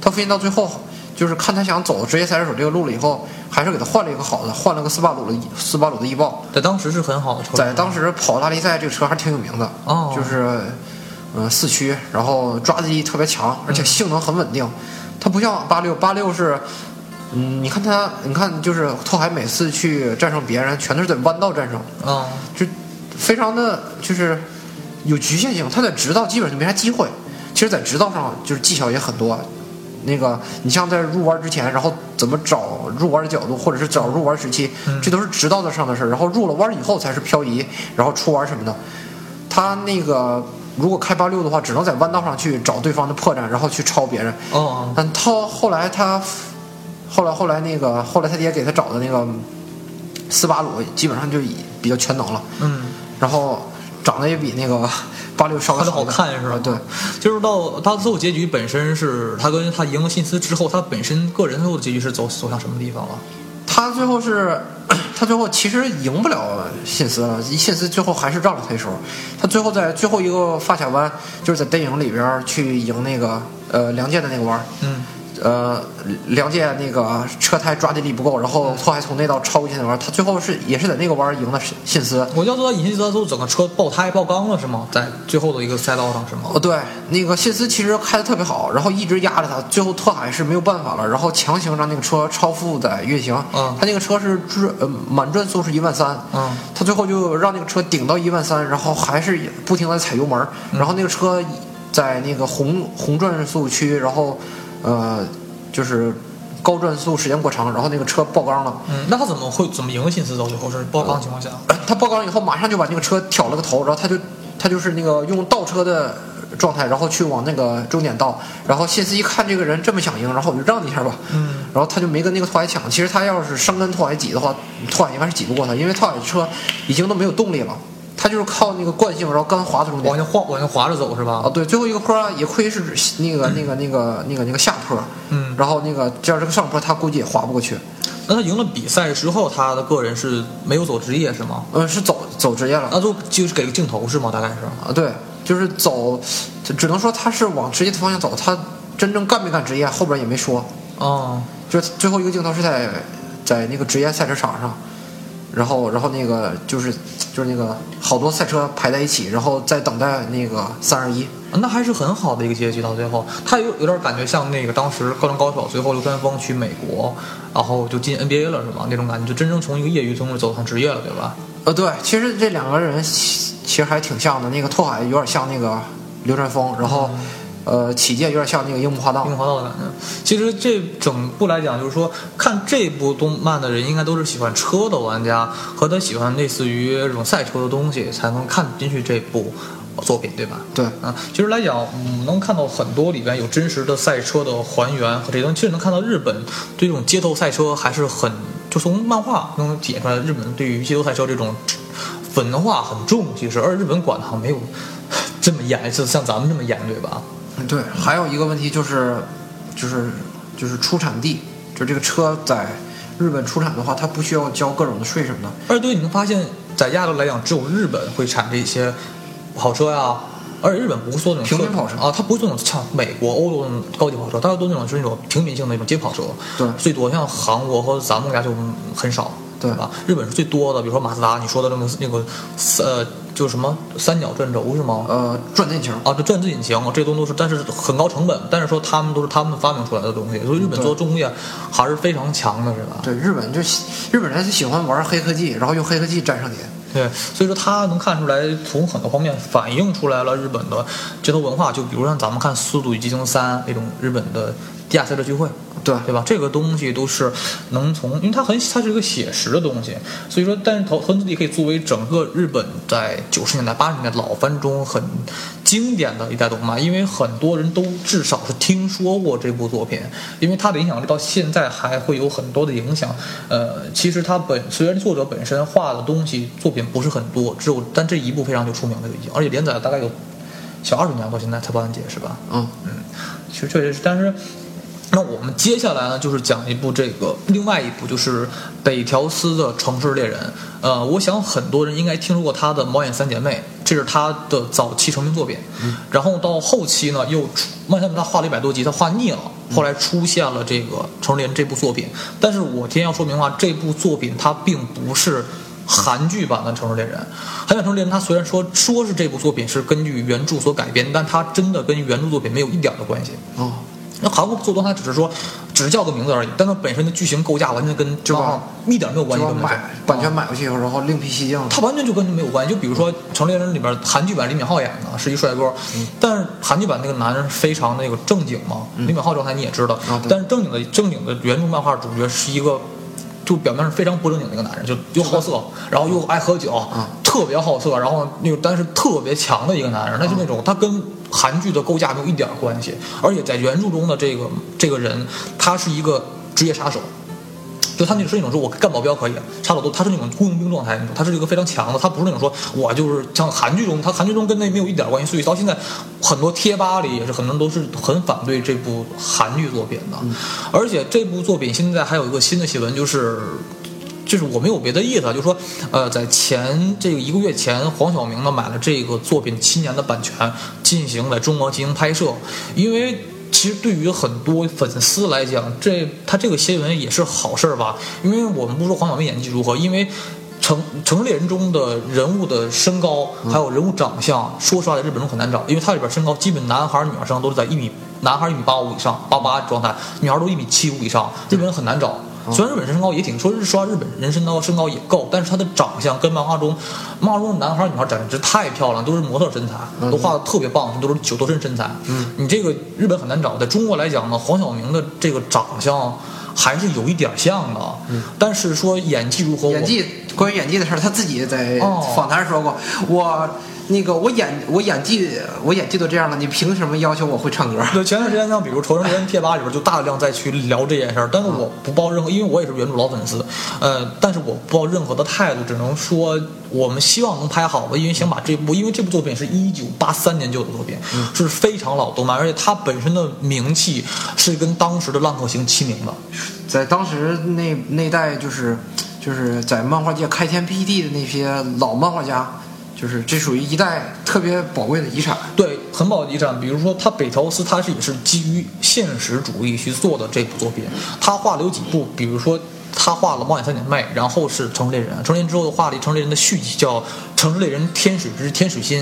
他父亲到最后就是看他想走职业赛车手这个路了以后，还是给他换了一个好的，换了个斯巴鲁的斯巴鲁的翼豹，在当时是很好的车，在当时跑拉力赛这个车还挺有名的，哦就是呃四驱，然后抓地力特别强，而且性能很稳定。它不像八六，八六是。嗯，你看它，你看就是拓海每次去战胜别人，全都是在弯道战胜，啊、就非常的就是有局限性。它在直道基本就没啥机会。其实，在直道上就是技巧也很多，那个你像在入弯之前，然后怎么找入弯的角度，或者是找入弯时期，这都是直道的上的事儿。然后入了弯以后才是漂移，然后出弯什么的。他那个如果开八六的话，只能在弯道上去找对方的破绽，然后去超别人。哦，但他后来他，后来后来那个后来他爹给他找的那个斯巴鲁，基本上就已比较全能了，嗯，然后长得也比那个八六稍微他的好好一点看是吧啊？对，就是到他最后结局本身是他跟他赢了辛斯之后，他本身个人最后的结局是走走向什么地方了？他最后是，他最后其实赢不了信斯了，信斯最后还是让了他一手。他最后在最后一个发卡弯，就是在电影里边儿去赢那个呃梁健的那个弯儿，嗯，呃梁健那个车胎抓地力不够，嗯然后后还从那道超过去那弯儿，他最后是也是在那个弯儿赢的信信斯。我要做到隐形到最后整个车爆胎爆缸了是吗？在最后的一个赛道上是吗？哦，对，那个谢斯其实开的特别好，然后一直压着他，最后拓海是没有办法了，然后强行让那个车超负载运行。嗯他那个车是转呃满转速是一万三。嗯，他最后就让那个车顶到一万三，然后还是不停的踩油门儿，嗯然后那个车在那个红红转速区，然后呃就是高转速时间过长，然后那个车爆缸了。嗯，那他怎么会怎么赢了辛斯到最后是爆缸情况下？呃他爆缸以后，马上就把那个车挑了个头，然后他就他就是那个用倒车的状态，然后去往那个终点倒。然后谢斯一看这个人这么想赢，然后我就让你一下吧。嗯，然后他就没跟那个拓海抢。其实他要是生跟拓海挤的话，拓海应该是挤不过他，因为拓海车已经都没有动力了，他就是靠那个惯性，然后干滑到终点往。前晃，往前滑着走是吧？啊，对，最后一个坡儿也亏是那个那个那个那个那个下坡，嗯然后那个这要是个上坡，他估计也滑不过去。那他赢了比赛之后，他的个人是没有走职业是吗？嗯，是走走职业了。那就就是给个镜头是吗？大概是。啊，对，就是走，只只能说他是往职业的方向走，他真正干没干职业后边也没说，哦，就是最后一个镜头是在在那个职业赛车场上，然后然后那个就是就是那个好多赛车排在一起，然后再等待那个三二一，那还是很好的一个结局。到最后，他有有点感觉像那个当时《高中高手》最后刘川枫去美国，然后就进 NBA 了是吗？那种感觉，就真正从一个业余中走向职业了，对吧？呃，对，其实这两个人其其实还挺像的，那个拓海有点像那个流川枫，然后、呃启介有点像那个樱木花道樱，花道的感觉。其实这整部来讲，就是说看这部动漫的人，应该都是喜欢车的玩家，和他喜欢类似于这种赛车的东西，才能看进去这部作品，对吧？对。啊，其实来讲，嗯，能看到很多里边有真实的赛车的还原和这东西，其实能看到日本对这种街头赛车还是很，就从漫画能体现出来，日本对于街头赛车这种文化很重，其实而日本管的好像没有这么严，就像咱们这么严，对吧？对，还有一个问题就是，就是就是出产地，就这个车在日本出产的话，它不需要交各种的税什么的。而对，你能发现，在亚洲来讲，只有日本会产这些跑车呀、而且日本不会做那种平民跑车啊，它不是那种像美国、欧洲那种高级跑车，它都那种是那种平民性的那种街跑车。对最多像韩国和咱们国家就很少，对吧？日本是最多的，比如说马自达，你说的那个那个呃，就是什么三角转轴是吗？呃，转内情，啊，这转子引擎这东西都是，但是很高成本，但是说他们都是他们发明出来的东西，所以日本对做重工业还是非常强的，是吧？对，日本就喜日本人就喜欢玩黑科技，然后用黑科技战胜你。对，所以说他能看出来，从很多方面反映出来了日本的街头文化。就比如像咱们看《速度与激情三》那种日本的地下赛车聚会，对对吧？这个东西都是能从，因为它很，它是一个写实的东西，所以说，但是头藤子地可以作为整个日本在九十年代、八十年代老番中很经典的一代动漫，因为很多人都至少是听说过这部作品，因为它的影响力到现在还会有很多的影响。呃，其实它本虽然作者本身画的东西作品不是很多，只有但这一部非常就出名了已经，而且连载了大概有小二十年了，到现在才完结是吧？嗯，其实确实是，但是那我们接下来呢，就是讲一部这个另外一部就是北条司的《城市猎人》。呃，我想很多人应该听说过他的《猫眼三姐妹》，这是他的早期成名作品。然后到后期呢，又出《猫眼三姐妹》他画了一百多集，他画腻了。后来出现了这个《城市猎人》这部作品，但是我今天要说明话，这部作品它并不是韩剧版的《城市猎人》，韩剧版《城市猎人》它虽然说说是这部作品是根据原著所改编，但它真的跟原著作品没有一点儿的关系。哦，那韩国做动它只是说只是叫个名字而已，但它本身的剧情构架完全跟就把漫画一点没有关系，就根本就买版权买过去以后，然后另辟蹊径。它完全就跟没有关系。就比如说《城里人》里边韩剧版李敏镐演的是一帅哥，嗯但是韩剧版那个男人非常那个正经嘛，李敏镐状态你也知道，啊对但是正经的正经的原著漫画主角是一个。就表面上非常不正经的一个男人，就又好色，然后又爱喝酒，啊特别好色，然后那个但是特别强的一个男人，他就那啊种、他跟韩剧的构架没有一点关系，而且在原著中的这个这个人，他是一个职业杀手，就他那是那种说我干保镖可以，杀手都他是那种雇佣兵状态那种，他是一个非常强的，他不是那种说我就是像韩剧中，他韩剧中跟那没有一点关系，所以到现在很多贴吧里也是很多人都是很反对这部韩剧作品的，而且这部作品现在还有一个新的新闻就是。就是我没有别的意思啊，就是说，呃，在前这个一个月前，黄晓明呢买了这个作品七年的版权，进行在中国进行拍摄。因为其实对于很多粉丝来讲，这他这个新闻也是好事儿吧？因为我们不说黄晓明演技如何，因为。城城猎人中的人物的身高，嗯还有人物长相，说实话，在日本中很难找，因为它里边身高基本男孩儿、女孩儿身高都是在一米，男孩儿一米八五以上，八八状态，女孩儿都一米七五以上，日本人很难找。嗯虽然日本身高也挺，说实话，日本人身高身高也够，但是他的长相跟漫画中，漫画中的男孩儿女孩儿简直太漂亮，都是模特身材，嗯都画的特别棒，都是九头身身材。嗯，你这个日本很难找，在中国来讲呢，黄晓明的这个长相还是有一点儿像的，但是说演技如何，哦我嗯演技关于演技的事儿，他自己在哦访谈说过，我那个我演我演技我演技都这样了，你凭什么要求我会唱歌？对，前段时间像比如《仇人人》贴吧里边就大量再去聊这件事儿，但是我不抱任何，因为我也是原著老粉丝，呃，但是我不抱任何的态度，只能说我们希望能拍好吧，因为想把这部，因为这部作品是一九八三年就有的作品，是非常老动漫，而且它本身的名气是跟当时的《浪客行》齐名的。在当时那那一代就是就是在漫画界开天辟地的那些老漫画家，就是这属于一代特别宝贵的遗产。对，很宝的遗产。比如说，他北条司他是也是基于现实主义去做的这部作品，他画了有几部，比如说。他画了《猫眼三姐妹》，然后是《城市猎人》，《城市猎人》之后又画了一《城市猎人》的续集，叫《城市猎人天使之天使心》，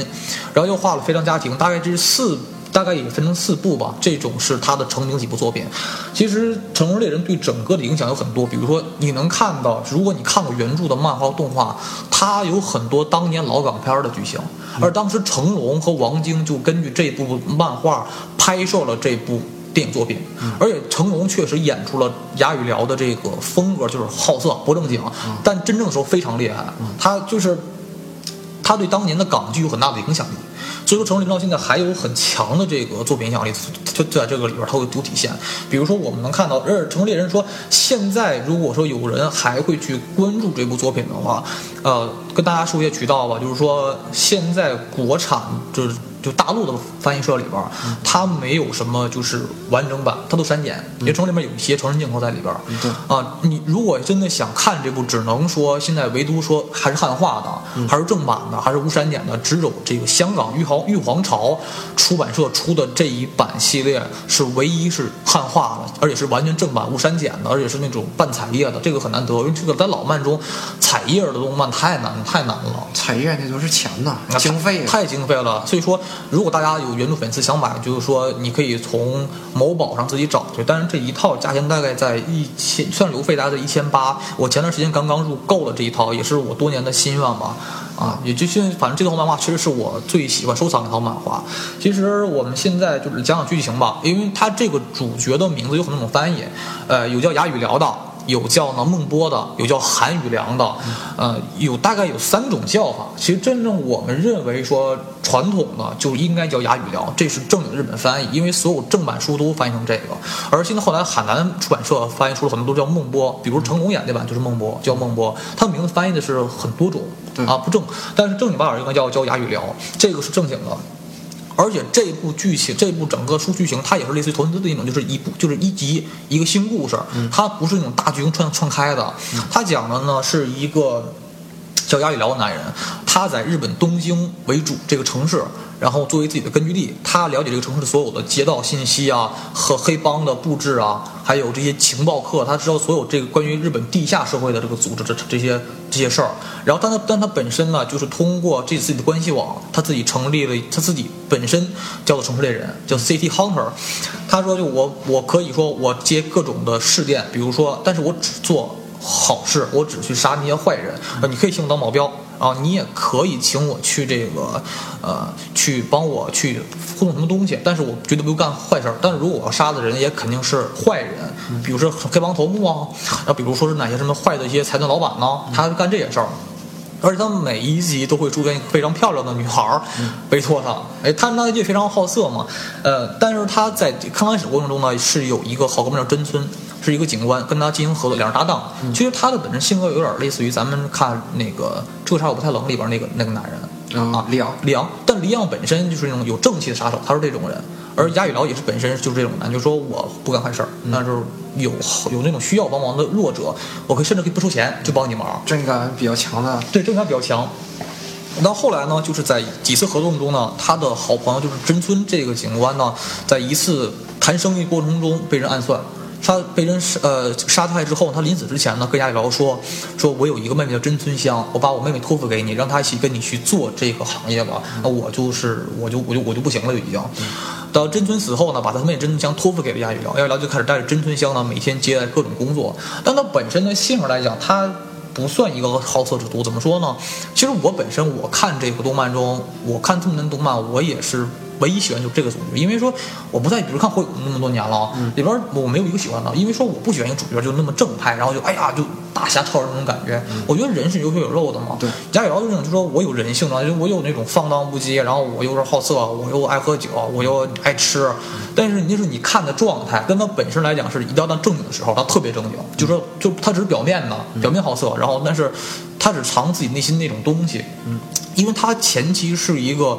然后又画了《非常家庭》，大概这是四，大概也分成四部吧。这种是他的成名几部作品。其实《城市猎人》对整个的影响有很多，比如说你能看到，如果你看过原著的漫画动画，它有很多当年老港片儿的剧情，而当时成龙和王晶就根据这部漫画拍摄了这部电影作品，而且成龙确实演出了哑语聊的这个风格，就是好色不正经，但真正的时候非常厉害，他就是他对当年的港剧有很大的影响力。所以说，成龙到现在还有很强的这个作品影响力，就就在这个里边儿它会有体现。比如说，我们能看到，呃而成龙猎人说，现在如果说有人还会去关注这部作品的话，呃，跟大家说一些渠道吧，就是说现在国产就是就大陆的翻译社里边儿，它没有什么就是完整版，它都删减，因为城里面有一些成人镜头在里边儿。对啊，你如果真的想看这部，只能说现在唯独说还是汉化的，还是正版的，还是无删减的，只有这个香港玉皇玉皇朝出版社出的这一版系列是唯一是汉化的，而且是完全正版无删减的，而且是那种半彩页的，这个很难得，因为这个在老漫中彩页的动漫太难太难了。彩页那都是钱呐那，经费啊。太经费了，所以说如果大家有原著粉丝想买，就是说你可以从某宝上自己找去，但是这一套价钱大概在一千，算邮费大概在一千八。我前段时间刚刚入购了这一套，也是我多年的心愿吧。啊，也就是反正这套漫画其实是我最喜欢收藏的一套漫画。其实我们现在就是讲讲剧情吧，因为它这个主角的名字有很多种翻译，呃，有叫哑语聊的，有叫呢孟波的，有叫韩语良的，呃，有大概有三种叫法。其实真正我们认为说传统的就应该叫哑语良，这是正经日本翻译，因为所有正版书都翻译成这个。而现在后来海南出版社翻译出了很多都叫孟波，比如成龙演那版就是孟波，叫孟波，他的名字翻译的是很多种对啊，不正，但是正经八百应该叫叫哑语良，这个是正经的。而且这部剧情，这部整个书剧情，它也是类似于《头文字 D》那种，就是一部就是一集一个新故事，它不是那种大剧情串串开的，它讲的呢是一个叫亚里聊的男人，他在日本东京为主这个城市，然后作为自己的根据地，他了解这个城市的所有的街道信息啊和黑帮的布置啊，还有这些情报课，他知道所有这个关于日本地下社会的这个组织这这些这些事儿。然后，但他但他本身呢，就是通过这自己的关系网，他自己成立了他自己本身叫做城市猎人，叫 City Hunter。他说，就我我可以说我接各种的事件，比如说，但是我只做好事，我只去杀那些坏人。呃，你可以请我当保镖啊，你也可以请我去这个，呃，去帮我去互动什么东西，但是我绝对不会干坏事儿。但是如果我要杀的人也肯定是坏人，比如说黑帮头目啊，然后比如说是哪些什么坏的一些财团老板呢、他干这些事儿。而且他每一集都会出现一个非常漂亮的女孩儿委托他，哎，他那也非常好色嘛，呃，但是他在刚开始过程中呢，是有一个好哥们儿叫真村，是一个警官，跟他进行合作，两人搭档。其实他的本身性格有点类似于咱们看那个《这个杀手不太冷》里边那个那个男人嗯啊，里昂里昂，但里昂本身就是那种有正气的杀手，他是这种人。而亚语聊也是本身就是这种男，就说我不干坏事儿，但是有有那种需要帮忙的弱者，我可以甚至可以不收钱就帮你忙。正义感比较强的，对正义感比较强。到后来呢，就是在几次合同中呢，他的好朋友就是真村这个警官呢，在一次谈生意过程中被人暗算，杀被人杀呃杀害之后，他临死之前呢，跟亚里劳说说我有一个妹妹叫真村香，我把我妹妹托付给你，让她一起跟你去做这个行业吧。那我就是我就我就我就不行了就已经。到真村死后呢，把他妹妹真村香托付给了亚里劳，亚里劳就开始带着真村香呢，每天接待各种工作。但他本身的性格来讲，他不算一个好色之徒，怎么说呢？其实我本身我看这个动漫中，我看这么多动漫，我也是唯一喜欢就是这个组织，因为说我不再比如看《火影》那么多年了，里边我没有一个喜欢的，因为说我不喜欢一个主角就那么正派，然后就哎呀就大侠超人那种感觉。我觉得人是有血有肉的嘛。对，贾雨娆就那种，就说我有人性的，就我有那种放荡不羁，然后我又是好色，我又爱喝酒，我又爱吃，但是你就是你看的状态，跟他本身来讲是一到到正经的时候，他特别正经，就说就他只是表面的，表面好色，然后但是他只藏自己内心那种东西，嗯，因为他前期是一个。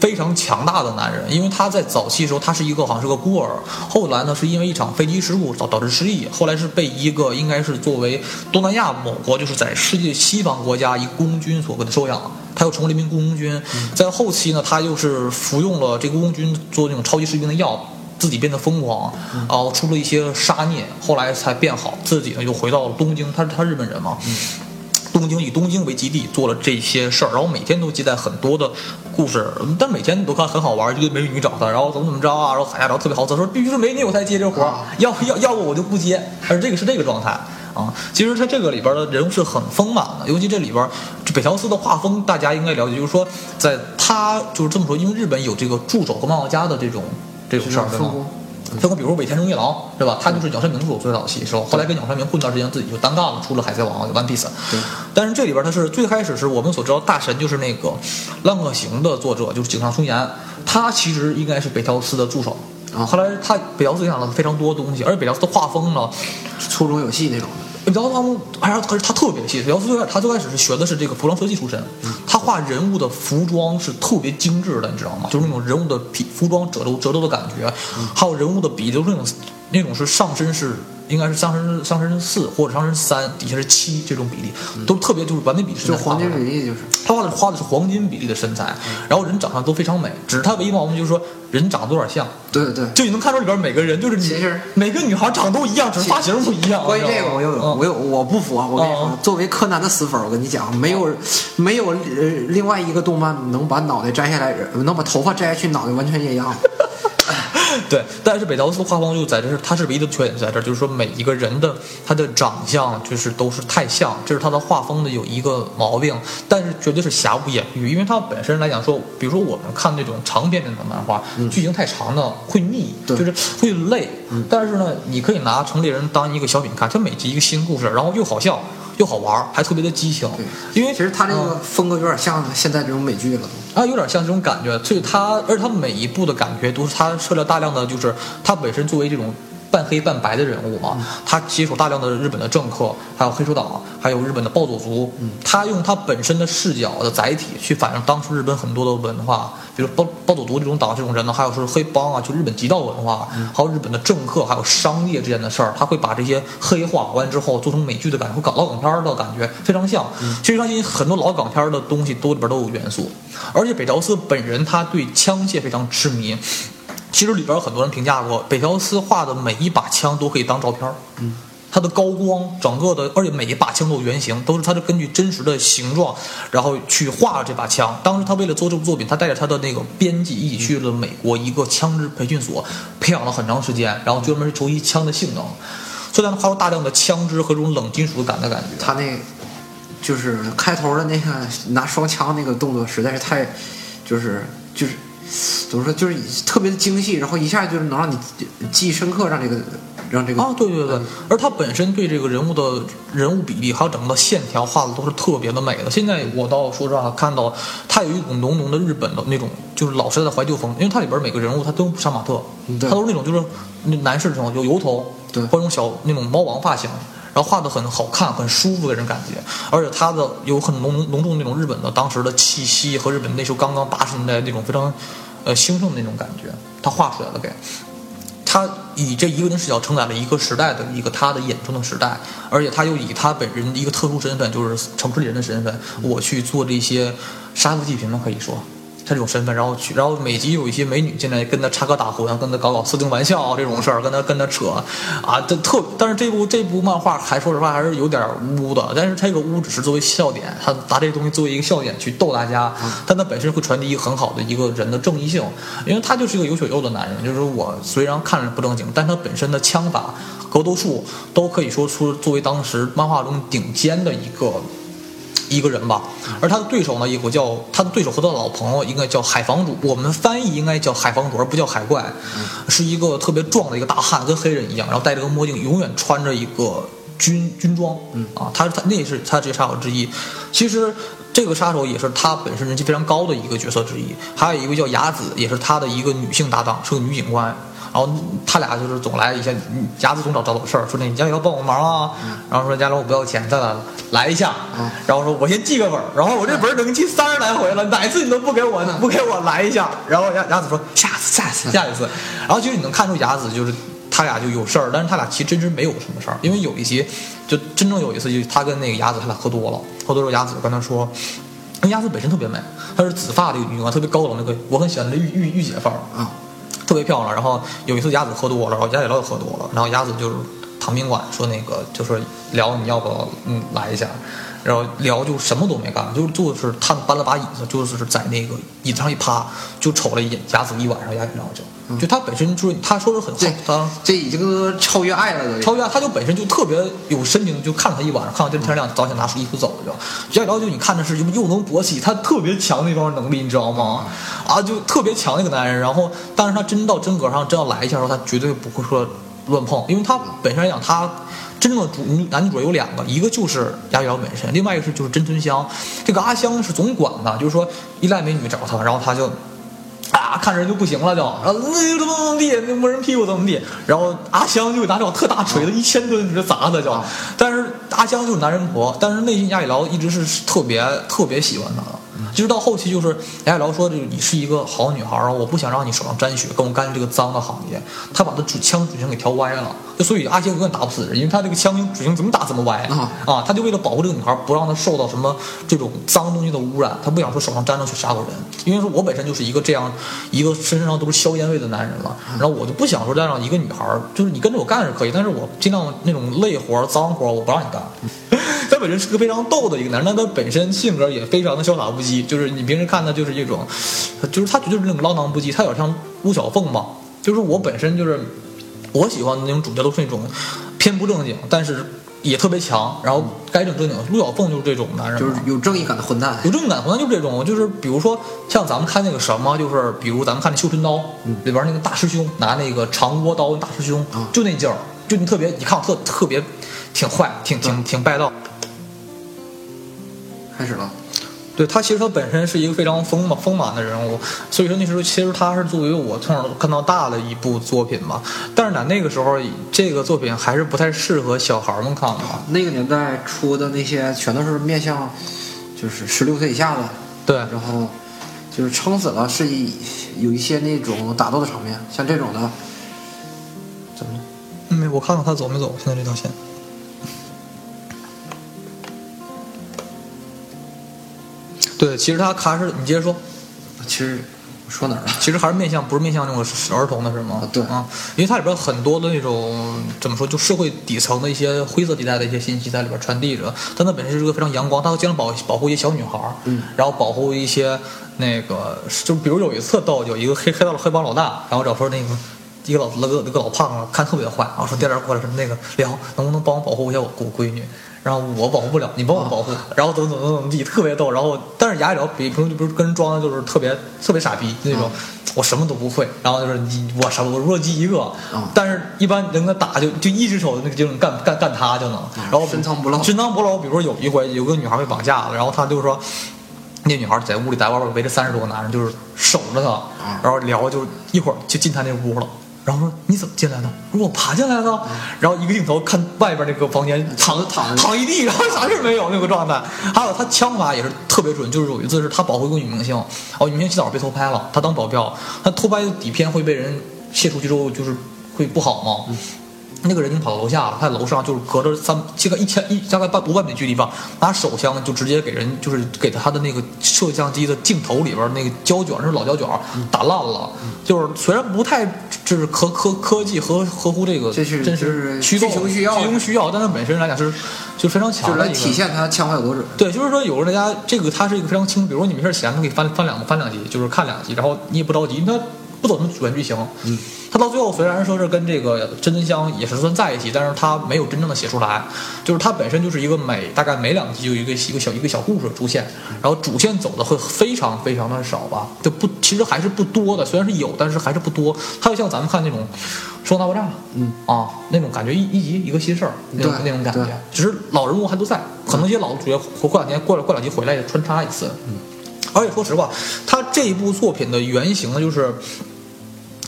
非常强大的男人，因为他在早期的时候，他是一个好像是个孤儿，后来呢是因为一场飞机事故导导致失忆，后来是被一个应该是作为东南亚某国，就是在世界西方国家一个雇佣军所给他收养了。他又成为了一名雇佣军，在后期呢，他又是服用了这个雇佣军做那种超级士兵的药，自己变得疯狂，然后出了一些杀孽，后来才变好，自己呢又回到了东京，他他日本人嘛，东京以东京为基地做了这些事儿，然后每天都接待很多的故事，但每天都看很好玩，就美女找他，然后怎么怎么着啊，然后海亚聊特别好，他说必须是美女我才接这活儿啊， 要要要不我就不接，而这个是这个状态。啊，其实它这个里边的人物是很丰满的，尤其这里边这北条司的画风，大家应该了解，就是说，在他就是这么说，因为日本有这个助手和漫画家的这种这种事儿，对吗？包括比如尾田荣一郎，对吧？他就是鸟山明主最早期的时候，后来跟鸟山明混段时间，自己就单干了，出了《海贼王》《One Piece》。但是这里边他是最开始是我们所知道大神就是那个《浪客行》的作者，就是井上雄彦，他其实应该是北条司的助手。啊后来他北条司影响了非常多东西，而且北条司的画风呢，粗中有细那种。北条他们还是可是他特别细，北条司最开始他最开始是学的是这个服装设计出身，他画人物的服装是特别精致的，你知道吗？就是那种人物的皮服装褶皱褶皱的感觉，还有人物的比就是那种那种是上身是。应该是上身上身是四或者上身是三，底下是七这种比例，都特别就是完美比例是嗯就难画黄金的比例嗯就是他画的画的是黄金比例的身材，然后人长相都非常美，只是他唯一毛病就是说人长得都有点像，对对对。就你能看出里边每个人就是其你实每个女孩长得都一样，只是发型不一样。啊关于这个，我又有有，我有，我不服啊！我跟你说嗯，作为柯南的死粉，我跟你讲，没有，没有，呃，另外一个动漫能把脑袋摘下来，呃能把头发摘下去，脑袋完全一样。对，但是北条司画风就在这儿，他是唯一的缺点就在这儿，就是说每一个人的他的长相就是都是太像，这是他的画风的有一个毛病，但是绝对是瑕不掩瑜，因为他本身来讲说，比如说我们看那种长篇那种漫画，剧情太长的会腻，嗯对嗯就是会累，但是呢，你可以拿《城里人》当一个小品看，它每集一个新故事，然后又好笑又好玩儿，还特别的激情，因为其实他这嗯个风格有点像现在这种美剧了，啊，有点像这种感觉，所以它，而且它每一部的感觉都是它涉猎大量的，就是它本身作为这种半黑半白的人物嘛，他接触大量的日本的政客，还有黑手党，还有日本的暴走族，他用他本身的视角的载体去反映当时日本很多的文化，比如暴暴走族这种党这种人呢，还有是黑帮啊，就日本极道文化，还有日本的政客，还有商业之间的事儿，他会把这些黑化完之后做成美剧的感觉，和港老港片儿的感觉非常像。其实相信很多老港片儿的东西都里边都有元素，而且北条司本人他对枪械非常痴迷。其实里边很多人评价过，北条司画的每一把枪都可以当照片儿。它的高光，整个的，而且每一把枪都有原型，都是它是根据真实的形状，然后去画了这把枪。当时他为了做这部作品，他带着他的那个编辑一起去了美国一个枪支培训所，培养了很长时间，然后专门去熟悉枪的性能，所以他能画出大量的枪支和这种冷金属感的感觉。他那，就是开头的那个拿双枪那个动作实在是太，就是就是怎么说，就是特别的精细，然后一下就是能让你记忆深刻，让这个让这个啊，对对对，而他本身对这个人物的人物比例，还有整个的线条画的都是特别的美的。现在我到说实话看到，他有一种浓浓的日本的那种，就是老时代的怀旧风，因为他里边每个人物他都杀马特，嗯对他都是那种就是那男士这种有油头，对或者那种小那种猫王发型。然后画的很好看，很舒服给人感觉，而且他的有很浓浓重那种日本的当时的气息和日本那时候刚刚八十年代那种非常，呃兴盛的那种感觉，他画出来了给。他以这一个人视角承载了一个时代的一个他的眼中的时代，而且他又以他本人的一个特殊身份，就是城市里人的身份，我去做这些杀富济贫嘛，可以说他这种身份，然后去，然后每集有一些美女进来跟他插科打诨，啊跟他搞搞色情玩笑啊这种事儿，跟他跟他扯啊，这特，但是这部这部漫画还说实话还是有点污的，但是这个污只是作为笑点，他拿这个东西作为一个笑点去逗大家，但他本身会传递一个很好的一个人的正义性，因为他就是一个有血有肉的男人，就是我虽然看着不正经，但他本身的枪法、格斗术都可以说出作为当时漫画中顶尖的一个一个人吧。而他的对手呢，有个叫他的对手和他的老朋友应该叫海房主，我们翻译应该叫海房主，而不叫海怪，是一个特别壮的一个大汉，跟黑人一样，然后戴着个墨镜，永远穿着一个军军装，啊，他他那也是他职业杀手之一。其实这个杀手也是他本身人气非常高的一个角色之一，还有一位叫雅子，也是他的一个女性搭档，是个女警官。然后他俩就是总来一下，嗯雅子总找找我事儿，说那你家里要帮我忙啊，然后说家里我不要钱，咱俩来一下，然后说我先记个本儿，然后我这本儿能记三十来回了，哪一次你都不给我不给我来一下，然后雅雅子说下次下次下一次，然后其实你能看出雅子就是他俩就有事儿，但是他俩其实真真没有什么事儿，因为有一集就真正有一次就是他跟那个雅子他俩喝多了，喝多之后雅子跟他说，因为雅子本身特别美，她是紫发的一个女王，特别高冷那个，我很喜欢的御御御姐范儿，啊，特别漂亮。然后有一次鸭子喝多了，然后鸭姐老也喝多了，然后鸭子就是躺宾馆说那个就说聊你要不要嗯来一下，然后聊就什么都没干，就是就是他搬了把椅子，就是在那个椅子上一趴，就瞅了眼鸭子一晚上，鸭子然后就就他本身就是他说是很好这，当这已经超越爱了，都超越他就本身就特别有深情，就看了他一晚上，看到这天亮，早想拿出衣服走就。贾里奥就你看的是又能勃起，他特别强那方面能力，你知道吗？啊，就特别强那个男人。然后，但是他真到真格上真要来一下的时候，他绝对不会说乱碰，因为他本身来讲，他真正的主男女主角有两个，一个就是贾里奥本身，另外一个是就是真春香。这个阿香是总管的，就是说依赖美女找他，然后他就。啊，看着人就不行了就，然后那怎么怎么地，那摸人屁股怎么地，然后阿香就拿这种特大锤子一千吨直接砸他就，但是阿香就是男人婆，但是内心亚里劳一直是特别特别喜欢他的，其实到后期就是亚里劳说这个你是一个好女孩儿，我不想让你手上沾血，跟我干这个脏的行业，他把他主枪主型给调歪了，就所以阿香永远打不死人，因为他这个枪主型怎么打怎么歪啊啊，他就为了保护这个女孩，不让她受到什么这种脏东西的污染，他不想说手上沾上去杀过人，因为说我本身就是一个这样一个身上都是硝烟味的男人了，然后我就不想说再让一个女孩，就是你跟着我干是可以，但是我尽量那种累活、脏活我不让你干。 他本身是个非常逗的一个男人，但他本身性格也非常的潇洒不羁，就是你平时看他就是一种，就是他绝对是那种浪荡不羁，他有点像陆小凤嘛，就是我本身就是我喜欢的那种主角都是那种偏不正经，但是也特别强，然后该正正经。陆小凤就是这种男人嘛，就是有正义感的混蛋有，正义感，好像就是这种，就是比如说像咱们看那个什么，就是比如咱们看那《绣春刀》里边那个大师兄拿那个长倭刀，大师兄嗯就那劲儿，就你特别，你看我特特别挺坏，挺挺挺霸道。开始了，对他其实他本身是一个非常丰满丰满的人物，所以说那时候其实他是作为我从小看到大的一部作品嘛。但是在那个时候，这个作品还是不太适合小孩儿们看的。那个年代出的那些全都是面向，就是十六岁以下的，对，然后就是撑死了是一有一些那种打斗的场面，像这种的，怎么了？嗯，我看看他走没走，现在这条线。对，其实他还是你接着说，其实我说哪儿了？ 其实还是面向不是面向那种儿童的是吗？啊对啊，因为它里边很多的那种怎么说，就社会底层的一些灰色地带的一些信息在里边传递着，但它本身是一个非常阳光，它尽量保保护一些小女孩儿，嗯然后保护一些那个，就比如有一次到有一个黑黑道黑帮老大，然后找说那个。一个老那个那个老胖子看特别坏，然后说第二天过来说那个梁能不能帮我保护一下我我闺女，然后我保护不了，你帮啊我保护，然后怎么怎么怎么地，特别逗。然后但是牙聊比平时不是跟人装的就是特别特别傻逼那啊种，我什么都不会，然后就是你我什么我弱鸡一个，啊但是一般人跟他打就就一只手那个就能干干干他就能，然后啊深藏不露深藏不露。比如说有一回有个女孩被绑架了，然后他就说。那女孩在屋里在外边围着三十多个男人，就是守着她，啊然后聊就一会儿就进她那屋了。然后说你怎么进来的？我说我爬进来的。然后一个镜头看外边那个房间躺嗯躺着躺一地，然后啥事儿没有那个状态。还有他枪法也是特别准，就是有一次是他保护一个女明星，哦，女明星洗澡被偷拍了，他当保镖，他偷拍的底片会被人泄出去之后就是会不好嘛。嗯那个人已经跑到楼下了，他在楼上就是隔着三这个一千一大概半五百米距离吧，拿手枪就直接给人就是给他的那个摄像机的镜头里边那个胶卷是老胶卷打烂了，就是虽然不太就是科科科技合合乎这个这是真就实是虚构剧情需要剧情需要，但它本身来讲是就非常强就的是一来个体现他枪法有多准。对，就是说有时候大家这个它是一个非常轻，比如说你没事儿闲的可以翻翻两翻两集，就是看两集，然后你也不着急，因为它不走什么主线剧情。嗯，它到最后虽然说是跟这个真真香也是算在一起，但是它没有真正的写出来，就是它本身就是一个每大概每两集有一个一个小一个小故事出现，嗯然后主线走的会非常非常的少吧，就不其实还是不多的，虽然是有，但是还是不多。它就像咱们看那种《生活大爆炸》嗯啊那种感觉一一集一个新事儿那种对那种感对觉。只是老人物还都在，可能一些老主角过过两年过了过两集回来也穿插一次。嗯，而且说实话，他这一部作品的原型呢，就是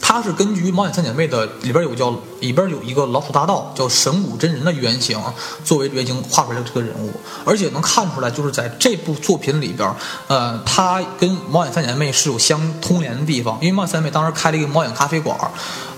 它是根据《猫眼三姐妹》的里边有叫里边有一个老鼠大盗叫神谷真人的原型作为原型画出来的这个人物，而且能看出来，就是在这部作品里边，呃，它跟《猫眼三姐妹》是有相通联的地方，因为《猫眼三姐妹》当时开了一个猫眼咖啡馆，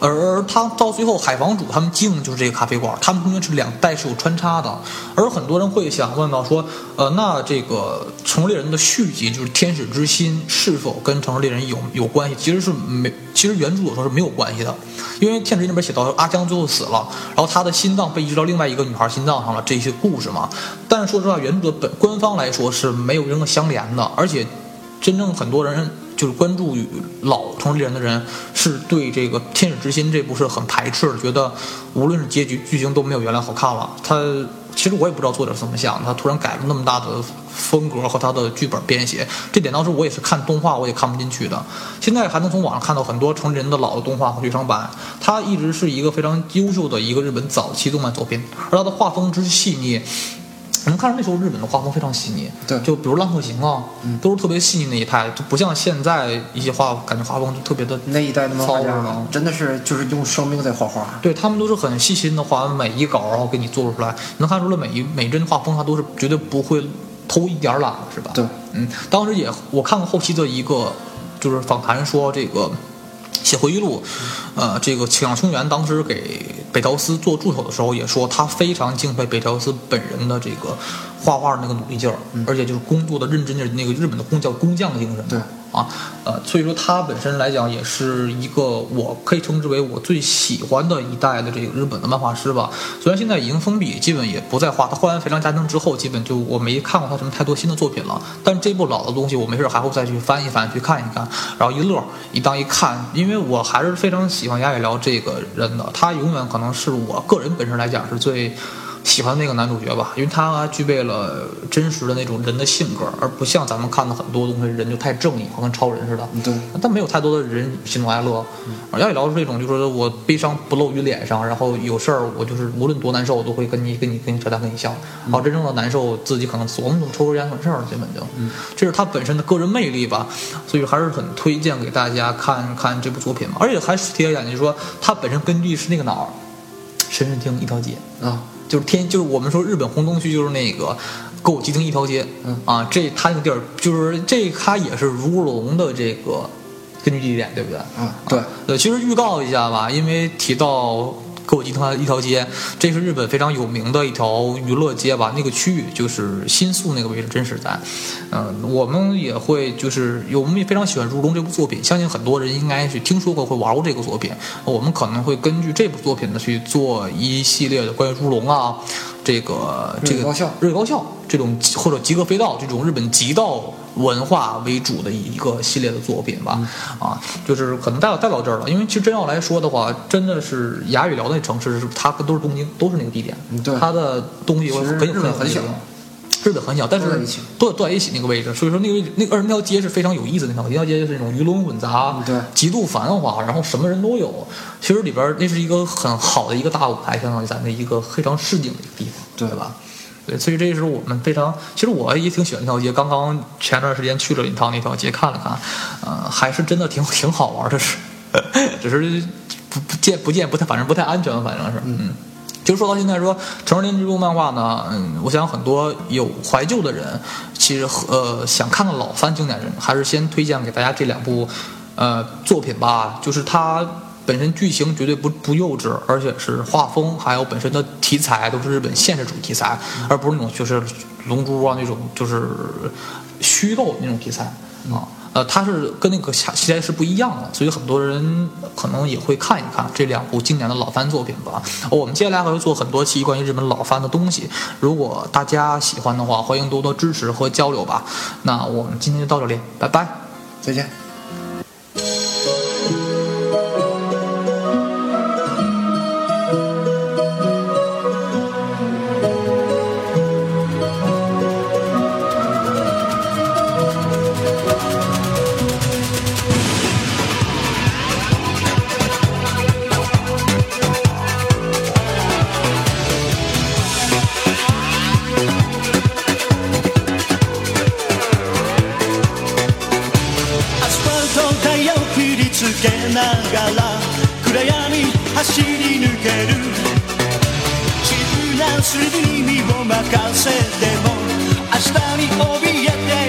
而它到最后海房主他们经营就是这个咖啡馆，他们中间是两代是有穿插的，而很多人会想问到说，呃，那这个《城市猎人》的续集就是《天使之心》是否跟《城市猎人有》有关系？其实是没，其实原著有时候是没有关系的，因为《天使之心》里边写到阿江最后死了，然后他的心脏被移植到另外一个女孩心脏上了，这些故事嘛。但是说实话，原著的本官方来说是没有任何相连的，而且真正很多人就是关注于老《城市猎人》的人，是对这个《天使之心》这部是很排斥的，觉得无论是结局、剧情都没有原来好看了。他其实我也不知道作者是怎么想的，他突然改了那么大的风格和他的剧本编写，这点当时我也是看动画我也看不进去的。现在还能从网上看到很多《城市猎人》的老的动画和剧场版，它一直是一个非常优秀的一个日本早期动漫作品，而它的画风之细腻。能看出那时候日本的画风非常细腻，对就比如《浪客行》啊，嗯都是特别细腻的一派，就不像现在一些画，感觉画风就特别的那一代的漫画骚家啊真的是就是用生命在画画，对他们都是很细心的画完每一稿，然后给你做出来，能看出来每一每一帧画风，它都是绝对不会偷一点儿懒，是吧？对，嗯，当时也我看过后期的一个就是访谈说这个写回忆录，呃，这个请上清源当时给北条司做助手的时候也说，他非常敬佩北条司本人的这个画画那个努力劲儿，而且就是工作的认真劲儿，那个日本的工叫工匠精神。对。啊，呃，所以说他本身来讲也是一个我可以称之为我最喜欢的一代的这个日本的漫画师吧。虽然现在已经封笔，基本也不再画。他画完《肥肠家庭》之后，基本就我没看过他什么太多新的作品了。但这部老的东西，我没事儿还会再去翻一翻，去看一看，然后一乐儿一当一看，因为我还是非常喜欢亚野辽这个人的。他永远可能是我个人本身来讲是最。喜欢那个男主角吧，因为他具备了真实的那种人的性格，而不像咱们看的很多东西，人就太正义，好像跟超人似的。对，但没有太多的人喜怒哀乐。而要一聊是这种，就是说我悲伤不露于脸上，然后有事儿我就是无论多难受，我都会跟你跟你跟你扯淡跟你笑。然后真正的难受，自己可能琢磨琢磨抽根烟完事儿了，基本就。这是他本身的个人魅力吧，所以还是很推荐给大家看看这部作品嘛。而且还提一点，就是说它本身根据是那个哪儿，神神町一条街。啊，就是天，就是我们说日本红灯区就是那个购物集厅一条街，嗯啊，这它那个地儿就是这它也是如龙的这个根据地点，对不对？啊，对，呃，其实预告一下吧，因为提到歌舞伎町一条街，这是日本非常有名的一条娱乐街吧，那个区域就是新宿那个位置，真是在。嗯、我们也会就是，我们也非常喜欢《如龙》这部作品，相信很多人应该是听说过，会玩过这个作品。我们可能会根据这部作品呢去做一系列的关于《如龙》啊，这个这日个高校日高校这种或者极客飞道这种日本极道文化为主的一个系列的作品吧，嗯啊，就是可能带到带到这儿了，因为其实真要来说的话，真的是雅语聊的那城市是它都是东京，都是那个地点嗯，对它的东西会其实很很日本很小日本很小，但是都在一起都都在一起那个位置，所以说那个位置那个二那条街是非常有意思的那条街，那条街就是那种鱼龙混杂嗯，对极度繁华，然后什么人都有。其实里边儿那是一个很好的一个大舞台，相当于咱们一个非常市井的一个地方，对吧？对，所以这是我们非常，其实我也挺喜欢那条街。刚刚前段时间去了一趟那条街看了看，呃，还是真的挺挺好玩的，是，只是不不见不见不太，反正不太安全，反正是，嗯。就说到现在说《成人林之路》漫画呢，嗯，我想很多有怀旧的人，其实和呃想看看老番经典人，还是先推荐给大家这两部呃作品吧。就是它本身剧情绝对不不幼稚，而且是画风还有本身的题材都是日本现实主义题材，而不是那种就是龙珠啊那种就是虚构那种题材啊。呃，它是跟那个下题材是不一样的，所以很多人可能也会看一看这两部经典的老番作品吧。哦我们接下来还会做很多期关于日本老番的东西，如果大家喜欢的话，欢迎多多支持和交流吧。那我们今天就到这里，拜拜。再见。アスファルトタイヤを切りつけながら暗闇走り抜ける自分なすりに身を任せても明日に怯えて